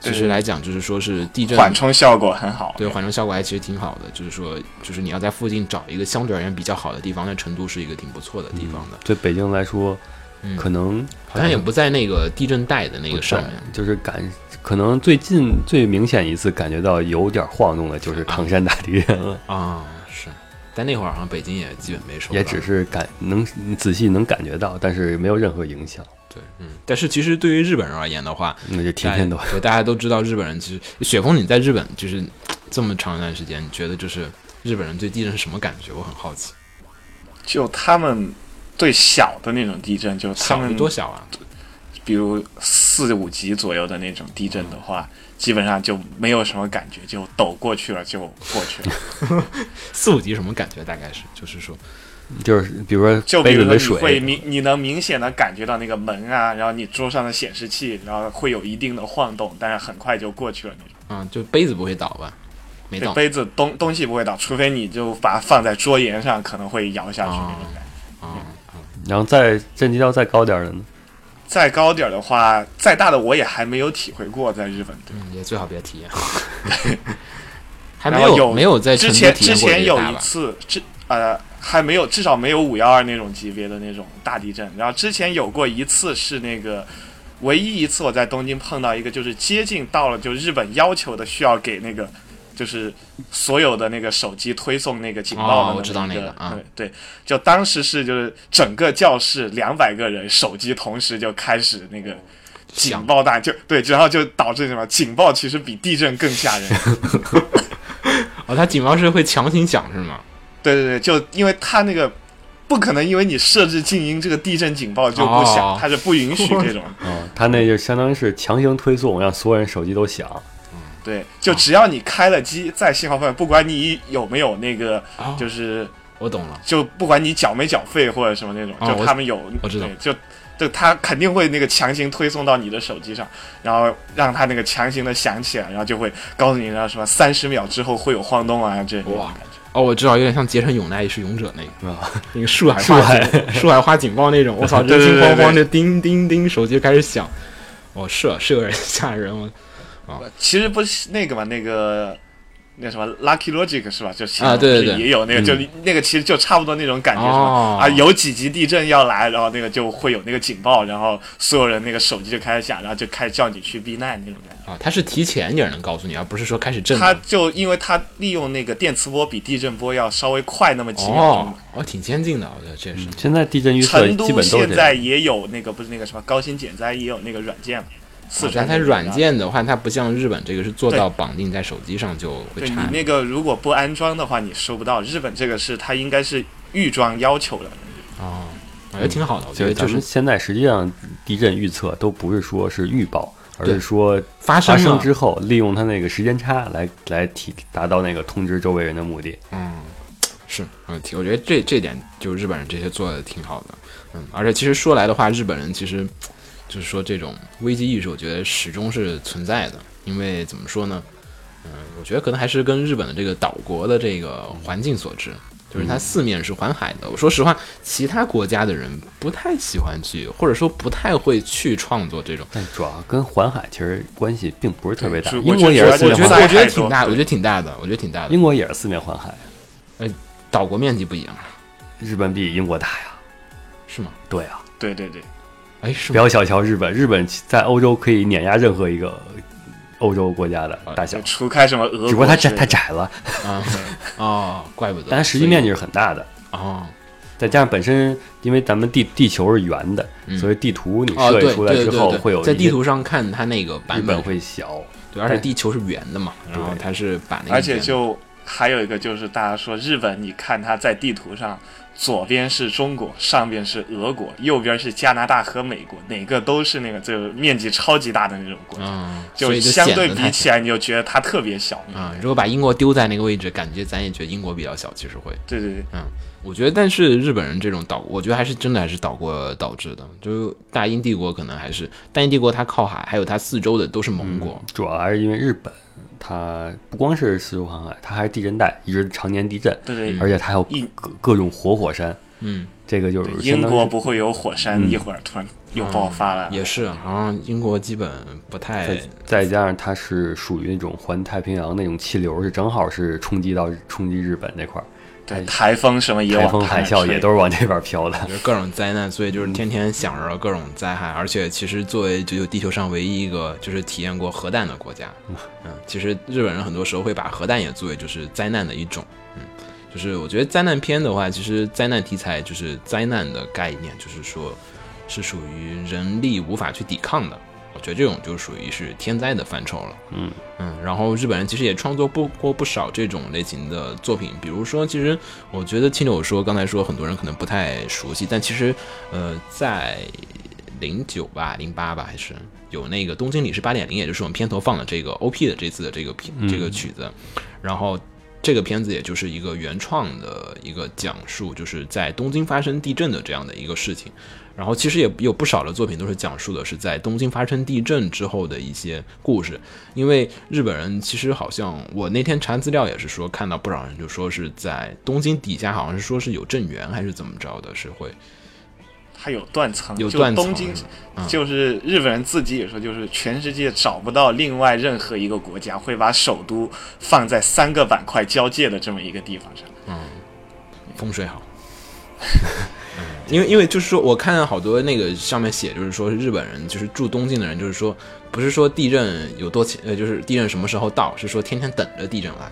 其实
对
来讲就是说是地震
缓冲效果很好。
对，缓冲效果还其实挺好的，就是说，就是你要在附近找一个相对而言比较好的地方，那成都是一个挺不错的地方的，
对北京来说，
嗯
可能
好像也不在那个地震带的那
不
个上面。
就是感，可能最近最明显一次感觉到有点晃动的，就是唐山大地震了，
啊、是，但那会儿好像北京也基本没受到，
也只是感能仔细能感觉到，但是没有任何影响，
对，嗯，但是其实对于日本人而言的话，
那就天天都
嗯
大家对大家都知道日本人其实雪峰，你在日本就是这么长一段时间，你觉得就是日本人对地震是什么感觉？我很好奇，
就他们对小的那种地震，就他
小
们
有多小啊？
比如四五级左右的那种地震的话，基本上就没有什么感觉，就抖过去了就过去 了。
四五级什么感觉？大概是就是说，
就是比如说
就比
杯子
如说
里
你会
水，
明，你能明显的感觉到那个门啊，然后你桌上的显示器，然后会有一定的晃动，但是很快就过去了那种。
嗯，就杯子不会倒吧？没
对
倒
杯子东东西不会倒，除非你就把它放在桌沿上，可能会摇下去那种感觉。
啊。
然后再震级要再高点儿的呢，
再高点儿的话，再大的我也还没有体会过，在日本。对
嗯，也最好别体验。 还没
然后
有没有在成
之
都
前
体
之
验过
前
这
有
个大
一
吧？
次，之呃还没有，至少没有五幺二那种级别的那种大地震。然后之前有过一次是那个。唯一一次我在东京碰到一个，就是接近到了就日本要求的，需要给那个，就是所有的那个手机推送那个警报的、
哦我知道那
个
个啊
嗯对，就当时是就是整个教室两百个人手机同时就开始那个警
想
报大，就对，然后就导致什么？警报其实比地震更吓人。
哦，它警报是会强行响是吗？
对对对，就因为它那个不可能，因为你设置静音，这个地震警报就不响，
哦
它是不允许 这种。
啊，他那就相当于是强行推送，让所有人手机都响，
对，就只要你开了机，在信号范围，不管你有没有那个，
哦
啊就是
我懂了，
就不管你缴没缴费或者什么那种，
哦
就
我
他们有，
我知道
对，就。就它肯定会那个强行推送到你的手机上，然后让它那个强行的响起来，然后就会告诉你，然后什么三十秒之后会有晃动啊这种
哇
感觉。
哦，我知道，有点像结成永濑一世勇者那个
啊
那个树海花警树海花警报那种，我操，人
对对
心
对
惶
对
惶，这叮叮叮，手机开始响。哦，是啊是有点 吓人，我
其实不是那个嘛，那个那什么 Lucky Logic 是吧？就其实
啊对对对
也有那个，就那个其实就差不多那种感觉，什
哦
么啊，有几级地震要来，然后那个就会有那个警报，然后所有人那个手机就开始响，然后就开始叫你去避难那种感觉。
啊，它是提前一点能告诉你，而不是说开始震
他
动。
就因为他利用那个电磁波比地震波要稍微快那么几秒钟
哦，哦，挺先进的，我觉得这是。
现在地震预测
成
基
都
本都是
现
这
在
样，
也有那个不是那个什么高新减灾也有那个软件嘛，四
但
川
啊哦它
那个啊
软件的话，它不像日本这个是做
对
到绑定在手机上就会
对你
差。
那个如果不安装的话，你收不到。日本这个是它应该是预装要求的，
哦，我觉得挺好的，我
就
觉
是
得就
咱
是
们现在实际上地震预测都不是说是预报，而
对
是说
发
发生
了
之后，利用它那个时间差来来提达到那个通知周围人的目的。
嗯，是，嗯，挺我觉得这这点就日本人这些做的挺好的，嗯，而且其实说来的话，日本人其实就是说这种危机意识，我觉得始终是存在的，因为怎么说呢，嗯，我觉得可能还是跟日本的这个岛国的这个环境所致。就是
嗯
它四面是环海的。我说实话，其他国家的人不太喜欢去，或者说不太会去创作这种。
但主要跟环海其实关系并不是特别大，
对主
英国也是四
我
我
面
觉
环
得
海，
我
灾
觉得
害
挺
多
大，我
对
觉得挺大的，我觉得挺大的
英。国也是四面环海，
岛国面积不一样，
日本比英国大呀。
是吗？
对啊，
对对对，
哎，是
不
吗？
要小瞧日本，日本在欧洲可以碾压任何一个欧洲国家的大小
就，除开什么俄国之类的，
只不过它窄太窄了，
啊，哦，怪不得。
但它实际
所以
面积是很大的。
哦，
再加上本身，因为咱们地地球是圆的，
嗯
所以地图你
哦，
设计
对
出来
对
之
对
后
对
会有
在
一些
地图上看它那个版
日本
本，
会小，
对，而且
对
地球是圆的嘛，然后
对
它是把那个，
而且就还有一个就是大家说日本，你看它在地图上，左边是中国，上边是俄国，右边是加拿大和美国，哪个都是那个就是面积超级大的那种国
啊
家，
嗯，所
就
以就
相
显
对
得
比
它
起来，你就觉得它特别小。
啊、如果把英国丢在那个位置，感觉咱也觉得英国比较小，其实会。
对对对，
我觉得，但是日本人这种岛，我觉得还是真的还是岛国导致的。就大英帝国可能还是大英帝国，它靠海，还有它四周的都是盟国。
主要还是因为日本，它不光是四周环海，它还是地震带，一直常年地震，
对对
而且它还有
一
各各种活火山，
嗯，
这个就是
英
相当于嗯
国
是
不会有火山一会儿突然又爆发
嗯
了，
也是，好像英国基本不太
再加上它是属于那种环太平洋那种气流，是正好是冲击到冲击日本那块儿，
对台风什么也
台
往
风
他
海
那
啸也
吹
都是往这边飘的。
就是各种灾难，所以就是天天想着各种灾害，而且其实作为就地球上唯一一个就是体验过核弹的国家，嗯，其实日本人很多时候会把核弹也作为就是灾难的一种，嗯，就是我觉得灾难片的话，其实灾难题材就是灾难的概念，就是说是属于人力无法去抵抗的，我觉得这种就属于是天灾的范畴了。嗯，然后日本人其实也创作不过不少这种类型的作品，比如说，其实我觉得听友说刚才说很多人可能不太熟悉，但其实呃，在零九吧、零八吧还是有那个《东京里是八点零》，也就是我们片头放的这个 OP 的这次的这个片、这个曲子，然后这个片子也就是一个原创的一个讲述，就是在东京发生地震的这样的一个事情。然后其实也有不少的作品都是讲述的是在东京发生地震之后的一些故事，因为日本人其实好像我那天查资料也是说看到不少人就说是在东京底下好像是说是有震源还是怎么着的，是会
它有断层，
有断层
就东京
是吧嗯
就是日本人自己也说，就是全世界找不到另外任何一个国家会把首都放在三个板块交界的这么一个地方上。
风水好。 嗯因为因 为就是说，我看好多那个上面写，就是说日本人就是住东京的人，就是说不是说地震有多前，呃，就是地震什么时候到，是说天天等着地震来，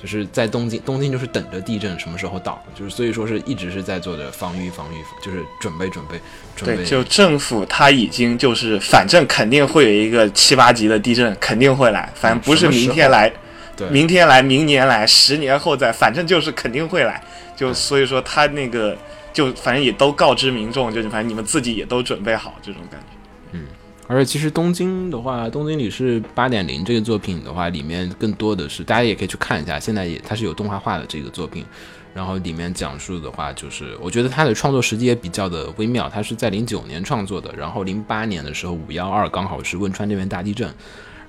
就是在东京，东京就是等着地震什么时候到，就是所以说是一直是在做着防御防御，就是准备准备准备，
对，就政府他已经就是，反正肯定会有一个七八级的地震，肯定会来，
嗯
反正不是明天来，
对
明天来，明年来，十年后再，反正就是肯定会来。就所以说他那个就反正也都告知民众，就是反正你们自己也都准备好这种感觉。
而且其实东京的话，《东京里是八点零》这个作品的话，里面更多的是大家也可以去看一下，现在也它是有动画化的这个作品。然后里面讲述的话，就是我觉得它的创作时机也比较的微妙，它是在零九年创作的，然后零八年的时候五幺二刚好是汶川这边大地震，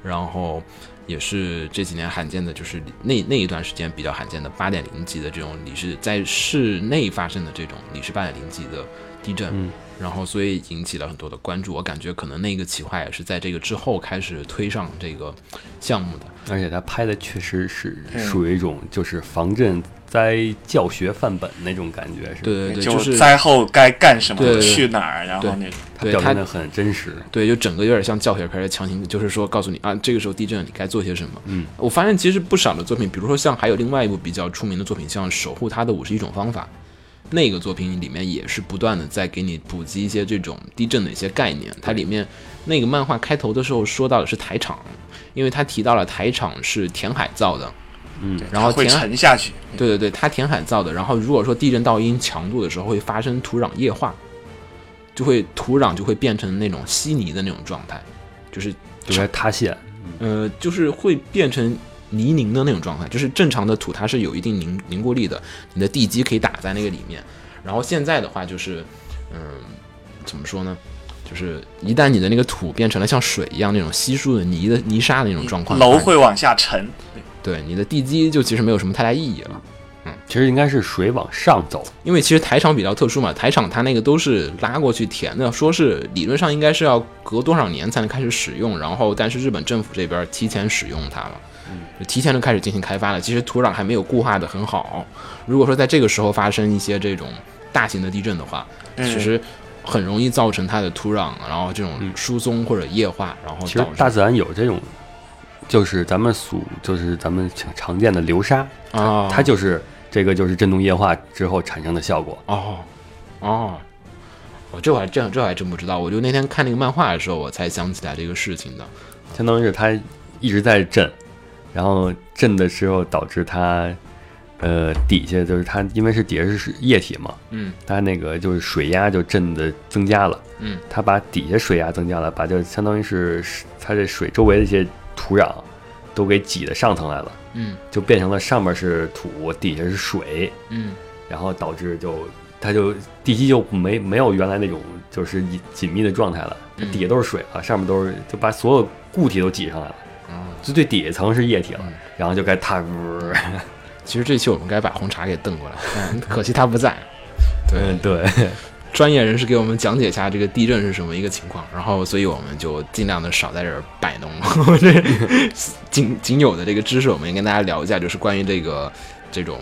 然后也是这几年罕见的，就是那那一段时间比较罕见的八点零级的这种里是在室内发生的这种里是八点零级的地震，然后所以引起了很多的关注。我感觉可能那个企划也是在这个之后开始推上这个项目的。
而且他拍的确实是属于一种就是防震灾教学范本那种感觉，是吧
对对对，
就是灾后该干什么，
对对对
去哪儿，然后
对
那种。
他
对
表
他
现的很真实。
对，就整个有点像教学片的强行，就是说告诉你啊，这个时候地震你该做些什么。嗯，我发现其实不少的作品，比如说像还有另外一部比较出名的作品，像《守护她的五十一种方法》，那个作品里面也是不断的在给你普及一些这种地震的一些概念。它里面那个漫画开头的时候说到的是台场，因为他提到了台场是填海造的。嗯，然后
会
填海
沉下去。
对对对，它填海造的。然后如果说地震到一定强度的时候，会发生土壤液化，就会土壤就会变成那种稀泥的那种状态，就是
就是它塌陷，
呃，就是会变成泥泞的那种状态。就是正常的土它是有一定凝凝固力的，你的地基可以打在那个里面。然后现在的话就是，嗯，怎么说呢？就是一旦你的那个土变成了像水一样那种稀疏的泥的泥沙的那种状况的话，
楼会往下沉，
对你的地基就其实没有什么太大意义了。
其实应该是水往上走，
因为其实台场比较特殊嘛，台场它那个都是拉过去填的，说是理论上应该是要隔多少年才能开始使用，然后但是日本政府这边提前使用它了，
嗯
就提前就开始进行开发了。其实土壤还没有固化的很好，如果说在这个时候发生一些这种大型的地震的话，
嗯
其实很容易造成它的土壤，然后这种疏松或者液化，然后
嗯其实
导
大
致
自然有这种，就是咱们俗，就是咱们常常见的流沙，
啊，
它就是这个就是震动液化之后产生的效果。
哦，哦，我这我还这这我还真不知道，我就那天看那个漫画的时候，我才想起来这个事情的。
相当于是它一直在震，然后震的时候导致它，呃，底下就是它，因为是底下是液体嘛，
嗯，
它那个就是水压就震的增加了，
嗯，
它把底下水压增加了，把就相当于是它这水周围的一些土壤都给挤的上层来了，
嗯
就变成了上面是土，底下是水，
嗯
然后导致就它就地基就没没有原来那种就是紧紧密的状态了，它
嗯
底下都是水了，上面都是就把所有固体都挤上来了，
哦
就最底层是液体
嗯
了，然后就该踏入，
其实这期我们该把红茶给瞪过来，可惜他不在。对
嗯，，对，
专业人士给我们讲解一下这个地震是什么一个情况，然后所以我们就尽量的少在这儿摆弄， 我们这 仅仅有的这个知识，我们也跟大家聊一下，就是关于这个这种。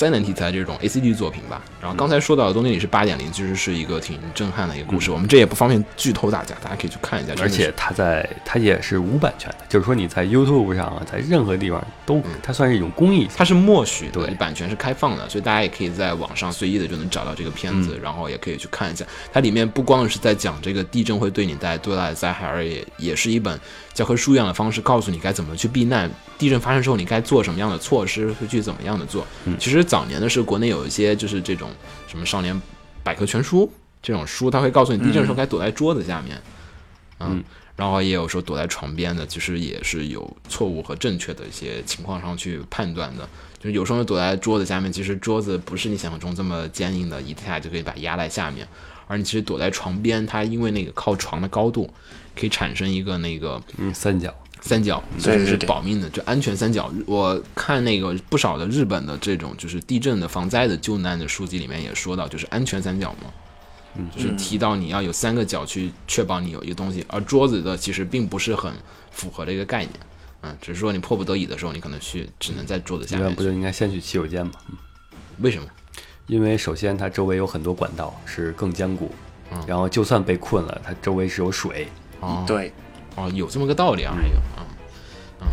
灾难题材这种 A C G 作品吧，然后刚
嗯
才说到的《东京里是八点零》，其实是一个挺震撼的一个故事。我们这也不方便剧透大家，大家可以去看一下。真的
而
是
且它在它也是无版权的，就是说你在 YouTube 上啊，在任何地方都，它算是一种公益。
嗯它是默许的，
对
版权是开放的，所以大家也可以在网上随意的就能找到这个片子，然后也可以去看一下。它里面不光是在讲这个地震会对你带来多大的灾害，而也也是一本教科书一样的方式，告诉你该怎么去避难，地震发生之后你该做什么样的措施，会去怎么样的做。其实早年的时候，国内有一些就是这种什么少年百科全书这种书，它会告诉你地震的时候该躲在桌子下面，嗯然后也有说躲在床边的，其实也是有错误和正确的一些情况上去判断的。就是有时候躲在桌子下面，其实桌子不是你想象中这么坚硬的，一下就可以把它压在下面。而你其实躲在床边，它因为那个靠床的高度，可以产生一个那个
嗯，三角，
三角，所
对
以是
对对
保命的，就安全三角。我看那个不少的日本的这种就是地震的防灾的救难的书籍里面也说到，就是安全三角嘛，嗯，就是提到你要有三个角去确保你有一个东西，而桌子的其实并不是很符合这个概念，嗯，只是说你迫不得已的时候，你可能去只能在桌子下
一般
面
不
嗯
去。
就应该先去洗手间吗？
嗯为什么？
因为首先它周围有很多管道是更坚固，
嗯
然后就算被困了，它周围是有水。
哦，
对，
哦，有这么个道理啊，还有啊，嗯，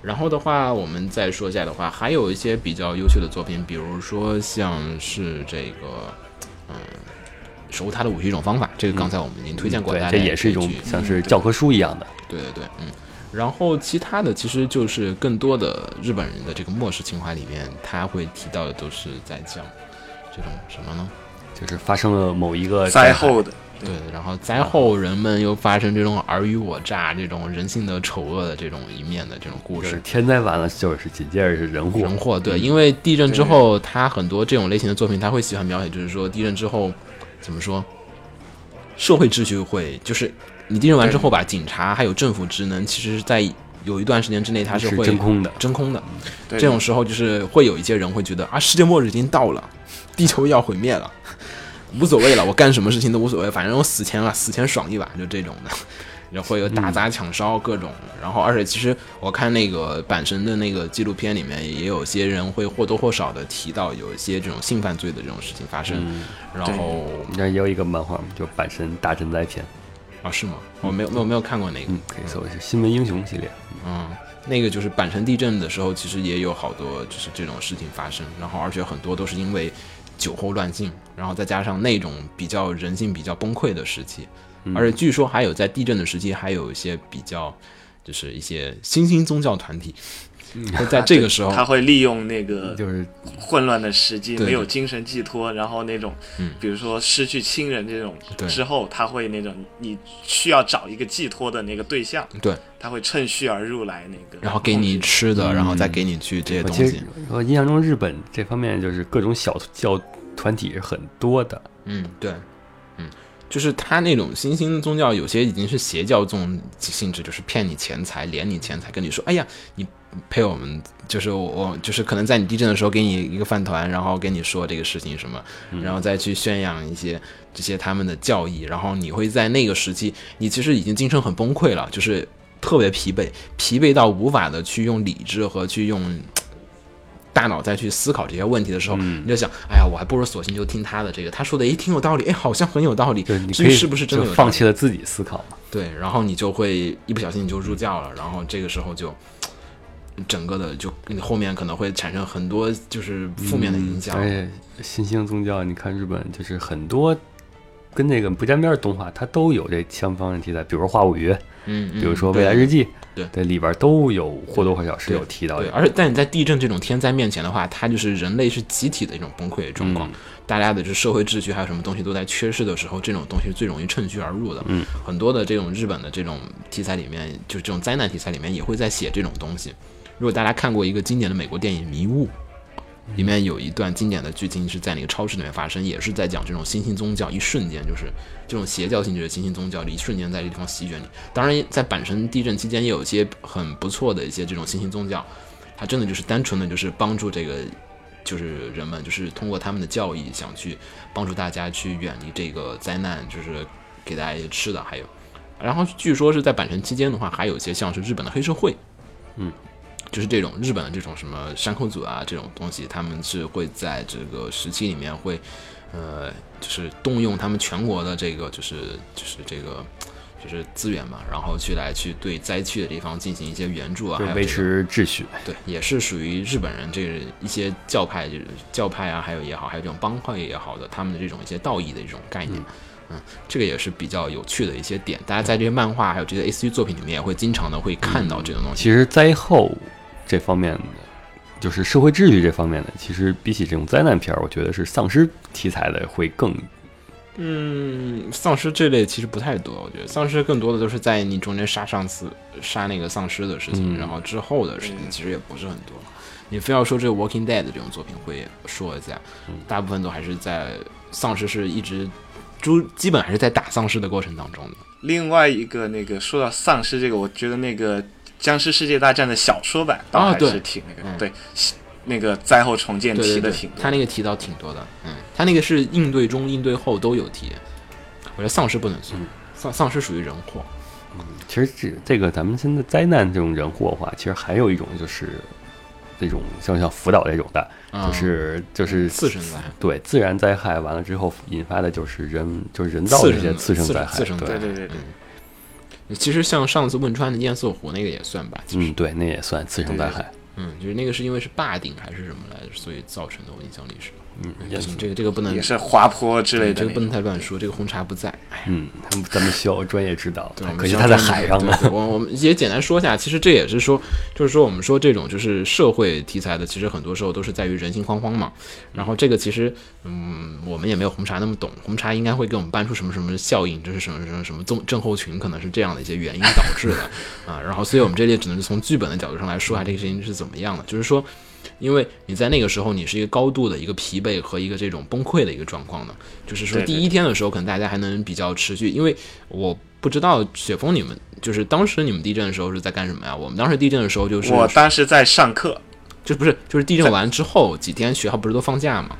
然后的话，我们再说一下的话，还有一些比较优秀的作品，比如说像是这个，嗯，守护他的武器一种方法，这个刚才我们已经推荐过
嗯对
大家，
这也是一
可以
种
去
像是教科书一样的。
对对对，嗯。然后其他的其实就是更多的日本人的这个末世情怀里面，他会提到的都是在讲这种什么呢？
就是发生了某一个
灾
害
后的
对，然后灾后人们又发生这种尔虞我诈、这种人性的丑恶的这种一面的这种故
就
事
是，天灾完了，就是紧接着是人祸。嗯
人祸，对，因为地震之后，他很多这种类型的作品，他会喜欢描写，就是说地震之后怎么说，社会秩序会就是你地震完之后吧，警察还有政府职能，其实是在有一段时间之内，它
是
会
真空的
真空的。
对
这种时候就是会有一些人会觉得啊，世界末日已经到了，地球要毁灭了， 无所谓了，我干什么事情都无所谓，反正我死前了，死前爽一把，就这种的。 然后会有打砸抢烧各种，然后而且其实我看那个阪神的那个纪录片里面，也有些人会或多或少的提到有一些这种性犯罪的这种事情发生，然后
你知道也有一个漫画吗？就阪神大震灾片，
啊是吗？我没有没有没有看过那个，
嗯，可以搜一下新闻英雄系列。
嗯，那个就是阪神地震的时候，其实也有好多就是这种事情发生，然后而且很多都是因为酒后乱性，然后再加上那种比较人性比较崩溃的时期，
嗯
而且据说还有在地震的时期，还有一些比较就是一些新兴宗教团体。
嗯
会在这 个时候，
他会利用那个
就是
混乱的时机，
哦对嗯
没有精神寄托，然后那种，比如说失去亲人这种
对
之后，他会那种你需要找一个寄托的那个对象，
对，
他会趁虚而入来那个，
然后给你吃的，然后再给你去这些
嗯我
东
其
西
实，我印象中日本这方面就是各种小教团体是很多的，
嗯，对，嗯，就是他那种新兴宗教，有些已经是邪教这种性质，就是骗你钱财，敛你钱财，跟你说，哎呀，你陪我们，就是我，我就是可能在你地震的时候给你一个饭团，然后跟你说这个事情什么，然后再去宣扬一些这些他们的教义，然后你会在那个时期，你其实已经精神很崩溃了，就是特别疲惫，疲惫到无法的去用理智和去用。大脑再去思考这些问题的时候，
嗯
你就想，哎呀，我还不如索性就听他的这个，他说的也挺有道理，哎，好像很有道理
就是你，
至
可
于
以
是不是真的
就
有道
放
理
弃了自己思考嘛？
对，然后你就会一不小心你就入教了，然后这个时候就整个的就你后面可能会产生很多就是负面的影响。
而且新兴宗教，你看日本就是很多跟这个不沾边的动画，它都有这相关的题材，比如说《话物语》，
嗯，嗯
比如说《
对
未来日记》，
对
这里边都有或多或少是有提到
对，啊
的。
而且但你在地震这种天灾面前的话，它就是人类是集体的一种崩溃状
嗯
况，大家的这社会秩序还有什么东西都在缺失的时候，这种东西是最容易趁虚而入的。嗯，很多的这种日本的这种题材里面，就是这种灾难题材里面也会在写这种东西。如果大家看过一个经典的美国电影《迷雾》，里面有一段经典的剧情是在那个超市里面发生，也是在讲这种新兴宗教，一瞬间就是这种邪教性质的新兴宗教，一瞬间在这地方席卷你。当然，在阪神地震期间，也有一些很不错的一些这种新兴宗教，它真的就是单纯的就是帮助这个就是人们就是通过他们的教义想去帮助大家去远离这个灾难，就是给大家一些吃的，还有，然后据说是在阪神期间的话，还有一些像是日本的黑社会，就是这种日本的这种什么山口组啊这种东西，他们是会在这个时期里面会，呃，就是动用他们全国的这个就是就是这个就是资源嘛，然后去来去对灾区的地方进行一些援助啊，
就
还有
维
这个
持秩序。
对，也是属于日本人这个一些教派，就是教派啊，还有也好，还有这种帮会也好的，他们的这种一些道义的一种概念，嗯这个也是比较有趣的一些点。大家在这些漫画还有这些 A C G 作品里面也会经常的会看到这种东西。
其实灾后这方面的，就是社会秩序这方面的，其实比起这种灾难片儿，我觉得是丧尸题材的会更
嗯，丧尸这类其实不太多，我觉得丧尸更多的都是在你中间杀上司、杀那个丧尸的事情，
嗯
然后之后的事
嗯
情其实也不是很多。你非要说这个《Walking Dead》这种作品会说一下，
嗯
大部分都还是在丧尸是一直，就基本还是在打丧尸的过程当中的。
另外一个那个说到丧尸这个，我觉得那个《僵尸世界大战》的小说版倒
啊
还是
对
挺那个、
嗯
对，那个灾后重建
对
提
对
的
对
挺，多
他那个提到挺多的，嗯，他那个是应对中、应对后都有提。我觉得丧尸不能算，
嗯
丧丧尸属于人祸。
其实这这个咱们现在灾难这种人祸的话，其实还有一种就是这种像像福岛这种的，
嗯
就是就是
次生灾
对自然灾害完了之后引发的就是人就是人造的一些次
次
生
生
灾害，
次生灾
对
对，对对对，
其实像上次汶川的堰塞湖那个也算吧，其实
嗯，对，那也算次生灾害，
嗯，就是那个是因为是坝顶还是什么来着，所以造成的。我印象里是，嗯，不行，这个这个不能
也，是滑坡之类
对，
的
这
那
个
种。
不能太乱说，这个红茶不在，哎，
嗯，他们咱们需要专业指导
对，我，们
啊可惜
需要
他在
专门
海上呢，
对对我我们也简单说一下，其实这也是说，就是说我们说这种就是社会题材的，其实很多时候都是在于人心惶惶嘛。然后这个其实，嗯，我们也没有红茶那么懂，红茶应该会给我们搬出什么什么效应，这是什么什么什么症症候群，可能是这样的一些原因导致的 啊。然后，所以我们这里只能是从剧本的角度上来说一下这个事情是怎么样的，就是说。因为你在那个时候，你是一个高度的一个疲惫和一个这种崩溃的一个状况的，就是说
对
第一天的时候，可能大家还能比较持续，因为我不知道雪峰你们就是当时你们地震的时候是在干什么呀？我们当时地震的时候就是
我当时在上课
就不是就是地震完之后几天学校不是都放假嘛？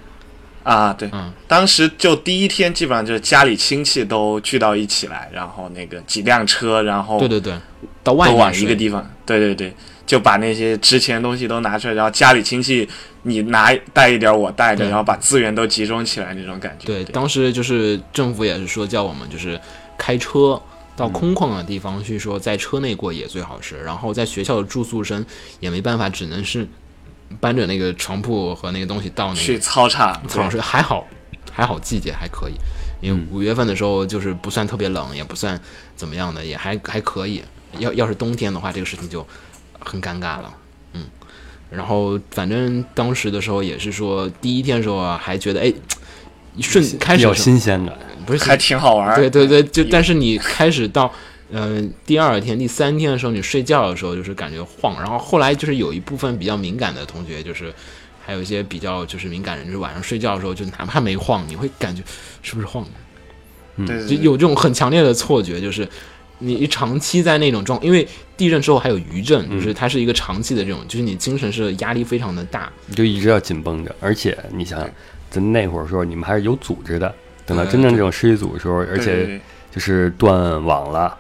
啊，对，
嗯
当时就第一天基本上就是家里亲戚都聚到一起来，然后那个几辆车，然后
对对对，到外
都
面
往
睡
一个地方，对对对，就把那些值钱的东西都拿出来，然后家里亲戚你拿带一点儿，我带一点
对
儿，然后把资源都集中起来那种感觉。
对，
对，
当时就是政府也是说叫我们就是开车到空旷的地方去，说在车内过夜最好是，然后在学校的住宿生也没办法，只能是搬着那个床铺和那个东西到那
去
个
操场，
操场睡，还好还好季节还可以，因为五月份的时候就是不算特别冷，也不算怎么样的，也还还可以。要要是冬天的话，这个事情就很尴尬了。嗯然后反正当时的时候也是说，第一天的时候啊，还觉得哎，瞬 开
比
始
较
的时候
新鲜感，
不是
对 还挺好玩儿。
对对对，就但是你开始到，嗯、第二天、第三天的时候，你睡觉的时候就是感觉晃，然后后来就是有一部分比较敏感的同学，就是还有一些比较就是敏感人，就是晚上睡觉的时候，就哪怕没晃，你会感觉是不是晃了，
对对
就
对，
有这种很强烈的错觉，就是你长期在那种状，因为地震之后还有余震，
嗯
就是它是一个长期的这种，就是你精神是压力非常的大，
你就一直要紧绷着，而且你想想，咱那会儿时候你们还是有组织的，等到
对
真正这种失忆组的时候，而
对对
且
对
就是断网了。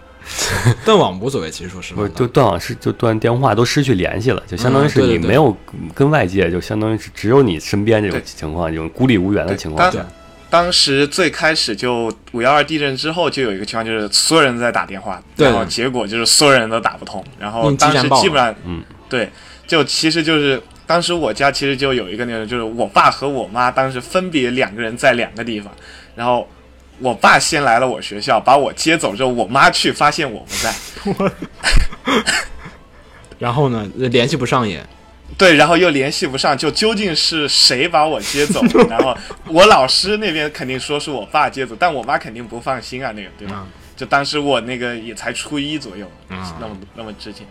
断网无所谓，其实说实话
不，是，就断网失，就断电话都失去联系了，就相当于
嗯
是
对
你
对对
没有跟外界，就相当于是只有你身边这种
对
情况，这种孤立无援的
对
情况
当
下，
当时最开始就五幺二地震之后，就有一个情况就是所有人都在打电话，
对
然后结果就是所有人都打不通，然后
用基
当时
站报
基本上，
嗯，
对，就其实就是当时我家其实就有一个那种，就是我爸和我妈当时分别两个人在两个地方，然后我爸先来了我学校，把我接走之后，我妈去发现我不在，
然后呢，呃联系不上也，
对，然后又联系不上，就究竟是谁把我接 走？然后
嗯
我老师那边肯定说是我爸接走，但我妈肯定不放心啊，那个对吧？
嗯
就当时我那个也才初一左右，
啊
那么那么之前，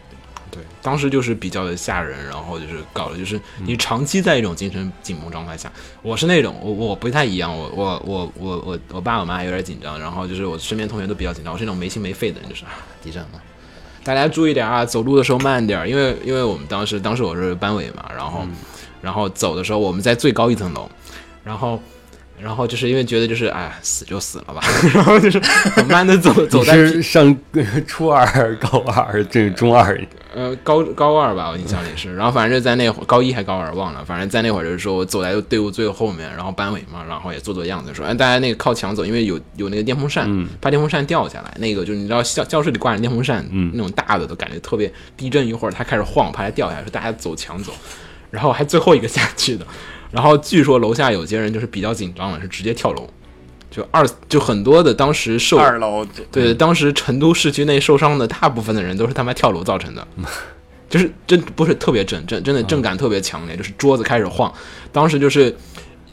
对
对，当时就是比较的吓人，然后就是搞的就是
嗯
你长期在一种精神紧绷状态下，我是那种我我不太一样，我我我我我我爸我妈有点紧张，然后就是我身边同学都比较紧张，我是那种没心没肺的人，就是啊地震了。
嗯
大家注意点啊，走路的时候慢点儿，因为因为我们当时当时我是班委嘛，然后然后走的时候我们在最高一层楼，然后。然后就是因为觉得就是哎死就死了吧， 然后就是很慢的走走
你
在
是上 初二、高二，这中二，
呃高高二吧，我印象里是。然后反正就在那会儿，高一还高二忘了，反正在那会儿就是说我走在队伍最后面，然后班委嘛，然后也做做样子说，哎，大家那个靠墙走，因为有有那个电风扇，怕电风扇掉下来。那个就是你知道教教室里挂着电风扇，那种大的都感觉特别地震一会儿它开始晃，怕它掉下来，说大家走墙走，然后还最后一个下去的。然后据说楼下有些人就是比较紧张了，是直接跳楼。就二就很多的当时受
二楼对
对，当时成都市区内受伤的大部分的人都是他妈跳楼造成的，就是真不是特别震，真真的震感特别强烈，就是桌子开始晃。当时就是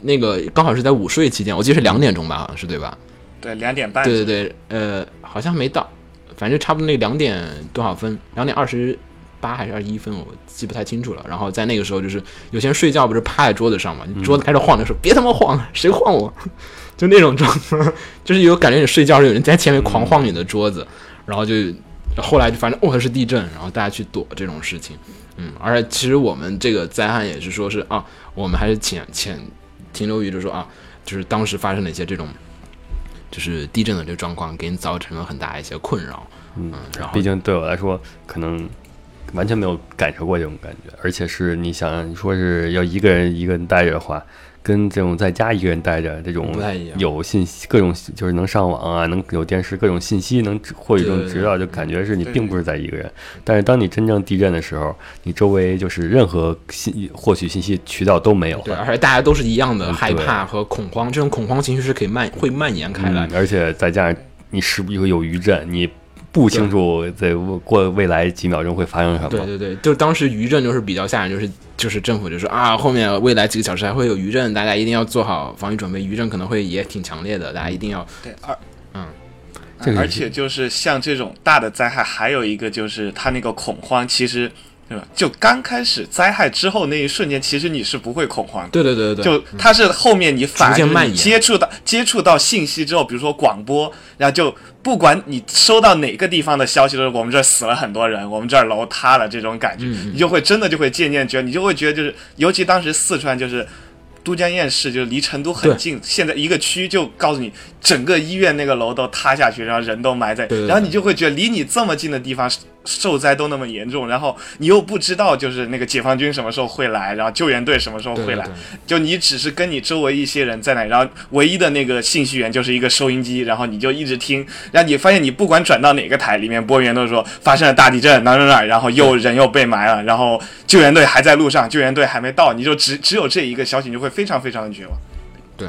那个刚好是在午睡期间，我记得是两点钟吧，好像是对吧？
对两点半
对对对，呃，好像没到，反正差不多那两点多少分，两点二十八还是二十一分，我记不太清楚了。然后在那个时候，就是有些人睡觉不是趴在桌子上嘛，
嗯
你桌子开始晃的时候，别他妈晃了，谁晃我？ 就那种状况， 就是有感觉你睡觉时有人在前面狂晃你的桌子，然后就后来就反正哦是地震，然后大家去躲这种事情。嗯，而且其实我们这个灾害也是说是啊，我们还是浅浅停留于就是说啊，就是当时发生了一些这种就是地震的这个状况，给你造成了很大一些困扰。嗯，然后
毕竟对我来说，可能完全没有感受过这种感觉，而且是你想，你说是要一个人一个人待着的话，跟这种在家一个人待着这种
不太一样
有信息，各种就是能上网啊，能有电视，各种信息能知获取这种
对对
知道，就感觉是你
对
并不是在一个人。但是当你真正地震的时候，你周围就是任何信获取信息渠道都没有
对，
了，
而且大家都是一样的
嗯
害怕和恐慌，这种恐慌情绪是可以蔓会蔓延开来
嗯，。而且再加上你是不是有余震，你不清楚在过未来几秒钟会发生什么。
对对对，就是当时余震就是比较吓人，就是就是政府就说啊，后面未来几个小时还会有余震，大家一定要做好防御准备，余震可能会也挺强烈的，大家一定要
对二。
嗯
这个
而
也是
且就是像这种大的灾害，还有一个就是它那个恐慌，其实对吧？就刚开始灾害之后那一瞬间，其实你是不会恐慌的。
对对对对对，
就它是后面你反而
逐渐
就是
蔓
你
延
接触到接触到信息之后，比如说广播，然后就不管你收到哪个地方的消息，都是我们这儿死了很多人，我们这儿楼塌了这种感
嗯
觉，你就会真的就会渐渐觉得，你就会觉得就是，尤其当时四川就是。都江堰市就是离成都很
对
近，现在一个区就告诉你，整个医院那个楼都塌下去，然后人都埋在，
对对对
然后你就会觉得离你这么近的地方受灾都那么严重，然后你又不知道就是那个解放军什么时候会来，然后救援队什么时候
对
会
对
来
对，
就你只是跟你周围一些人在那里，然后唯一的那个信息源就是一个收音机，然后你就一直听，然后你发现你不管转到哪个台，里面播音员都说发生了大地震，哪哪哪，然后又人又被埋了，然后救援队还在路上，救援队还没到，你就只只有这一个消息，你就会非常非常的绝望。
对，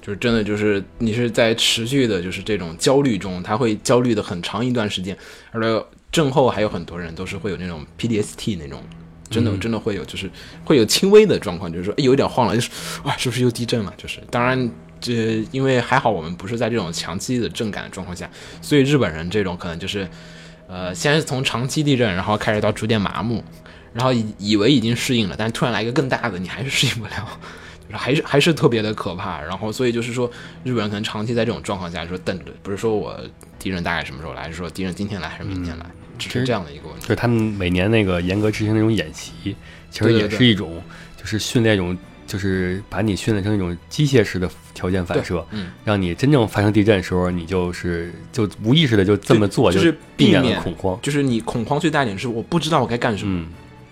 就是真的就是你是在持续的就是这种焦虑中，他会焦虑的很长一段时间，而且症后还有很多人都是会有那种 PDST 那种。真的真的会有，就是会有轻微的状况，就是说，哎，有点晃了，就是啊，是不是又地震了？就是，当然，这因为还好我们不是在这种强激的震感的状况下，所以日本人这种可能就是，呃，先是从长期地震，然后开始到逐渐麻木，然后以以为已经适应了，但突然来一个更大的，你还是适应不了， 就是还是还是特别的可怕。然后所以就是说，日本人可能长期在这种状况下说等着，不是说我敌人大概什么时候来，是说敌人今天来还是明天来，只是这样的一个问
就
题。
是他们每年那个严格执行那种演习，其实
对对
也
对
是一种，就是训练一种，就是把你训练成一种机械式的条件反射，
嗯，
让你真正发生地震的时候，你就是就无意识的就这么做，
就
就是
避
避免
免
了恐慌。
就是你恐慌最大一点是我不知道我该干什么，
嗯，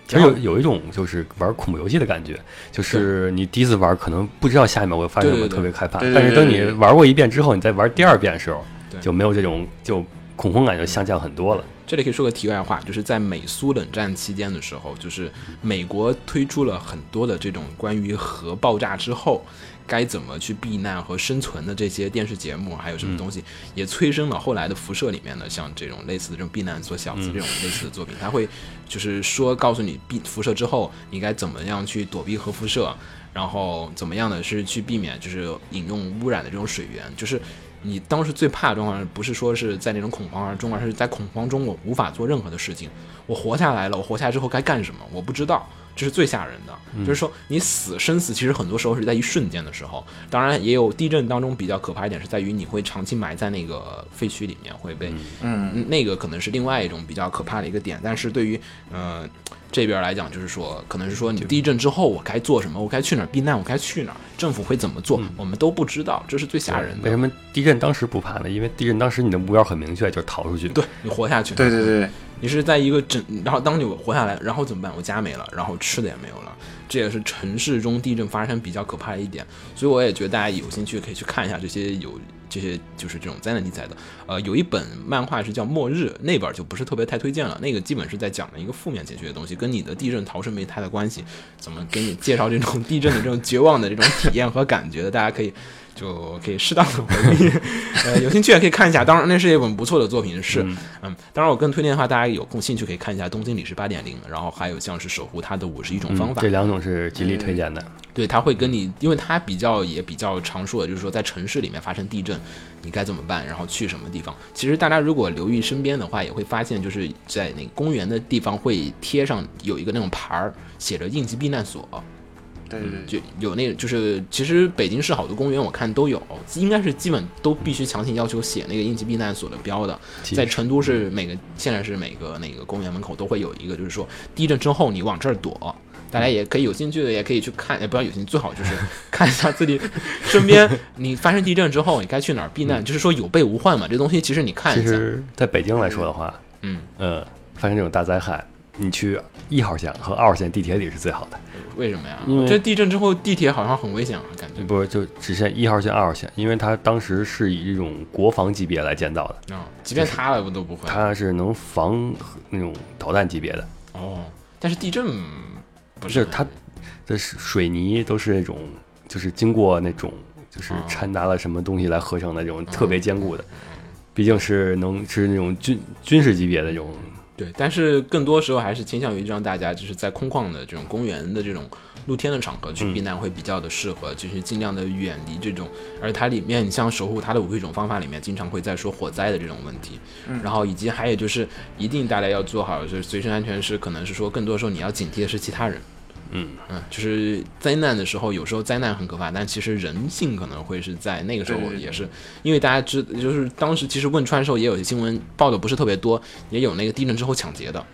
其实有有一种就是玩恐怖游戏的感觉，就是你第一次玩可能不知道下一秒会发生什么，
对对对
特别害怕。
对对
但是等
对
你
对对
玩过一遍之后，你再玩第二遍的时候
对，
就没有这种就恐慌感就下降很多了。
这里可以说个题外话，就是在美苏冷战期间的时候，就是美国推出了很多的这种关于核爆炸之后该怎么去避难和生存的这些电视节目，还有什么东西，也催生了后来的辐射里面的像这种类似的这种避难所小子这种类似的作品，它会就是说告诉你避辐射之后你该怎么样去躲避核辐射，然后怎么样的是去避免就是饮用污染的这种水源，就是你当时最怕的状况，不是说是在那种恐慌而中，而是在恐慌中我无法做任何的事情。我活下来了，我活下来之后该干什么？我不知道。这是最吓人的。就是说，你死生死其实很多时候是在一瞬间的时候。当然，也有地震当中比较可怕一点是在于你会长期埋在那个废墟里面，会被嗯那个可能是另外一种比较可怕的一个点。但是对于呃这边来讲，就是说，可能是说你地震之后我该做什么，我该去哪儿避难，我该去哪儿，政府会怎么做，我们都不知道，这是最吓人
为什
的。
么地震当时不怕呢？因为地震当时你的目标很明确，就是逃出去。
对你活下去，
对对对对，
你是在一个整，然后当你活下来，然后怎么办？我家没了，然后吃的也没有了，这也是城市中地震发生比较可怕的一点。所以我也觉得大家有兴趣可以去看一下这些有这些就是这种灾难题材的。呃，有一本漫画是叫《末日》，那本就不是特别太推荐了，那个基本是在讲了一个负面情绪的东西，跟你的地震逃生没太大关系。怎么给你介绍这种地震的这种绝望的这种体验和感觉的？大家可以就可以适当的回避，呃，有兴趣也可以看一下。当然，那是一本不错的作品，是，嗯，当然我更推荐的话，大家有空兴趣可以看一下《东京理事八点零》，然后还有像是《守护它的五十一种方
嗯，
法》嗯
这两种是极力推荐的。
对，他会跟你，因为他比较也比较常说的，就是说在城市里面发生地震，你该怎么办，然后去什么地方。其实大家如果留意身边的话，也会发现就是在那个公园的地方会贴上有一个那种牌儿，写着应急避难所。
对对对，
就有那个，就是其实北京市好多公园我看都有，应该是基本都必须强行要求写那个应急避难所的标的。
其
在
实嗯
成都是每个现在是每个那个公园门口都会有一个，就是说地震之后你往这儿躲。大
嗯
家也可以有兴趣的，也可以去看，也不要有兴趣，最好就是 看一下自己身 边，你发生地震之后你该去哪儿避难，就是说有备无患嘛。这东西其实你看
嗯其
一下，
实，在北京来说的话，
嗯，
呃，发生这种大灾害，你去一号线和二号线地铁里是最好的。
为什么呀
因为？嗯
这地震之后地铁好像很危险啊，感觉。
不是，就只限一号线、二号线，因为它当时是以这种国防级别来建造的，
啊，即便塌了我都不会。
它是能防那种导弹级别的，
哦，但是地震不
就是是它的水泥都是那种，就是经过那种就是
嗯
哦
掺杂了什么东西来合成的这种特别坚固的，毕竟是能是那种军军事级别的这种
对，但是更多时候还是倾向于让大家就是在空旷的这种公园的这种露天的场合
嗯
去避难会比较的适合，就是尽量的远离这种。而它里面，你像守护它的五种方法里面，经常会在说火灾的这种问题，
嗯
然后以及还有就是一定大家要做好就是随身安全是可能是说更多时候你要警惕的是其他人。
嗯
嗯，就是灾难的时候，有时候灾难很可怕，但其实人性可能会是在那个时候
对对对
也是，因为大家知，就是当时其实汶川的时候也有些新闻报的不是特别多，也有那个地震之后抢劫的，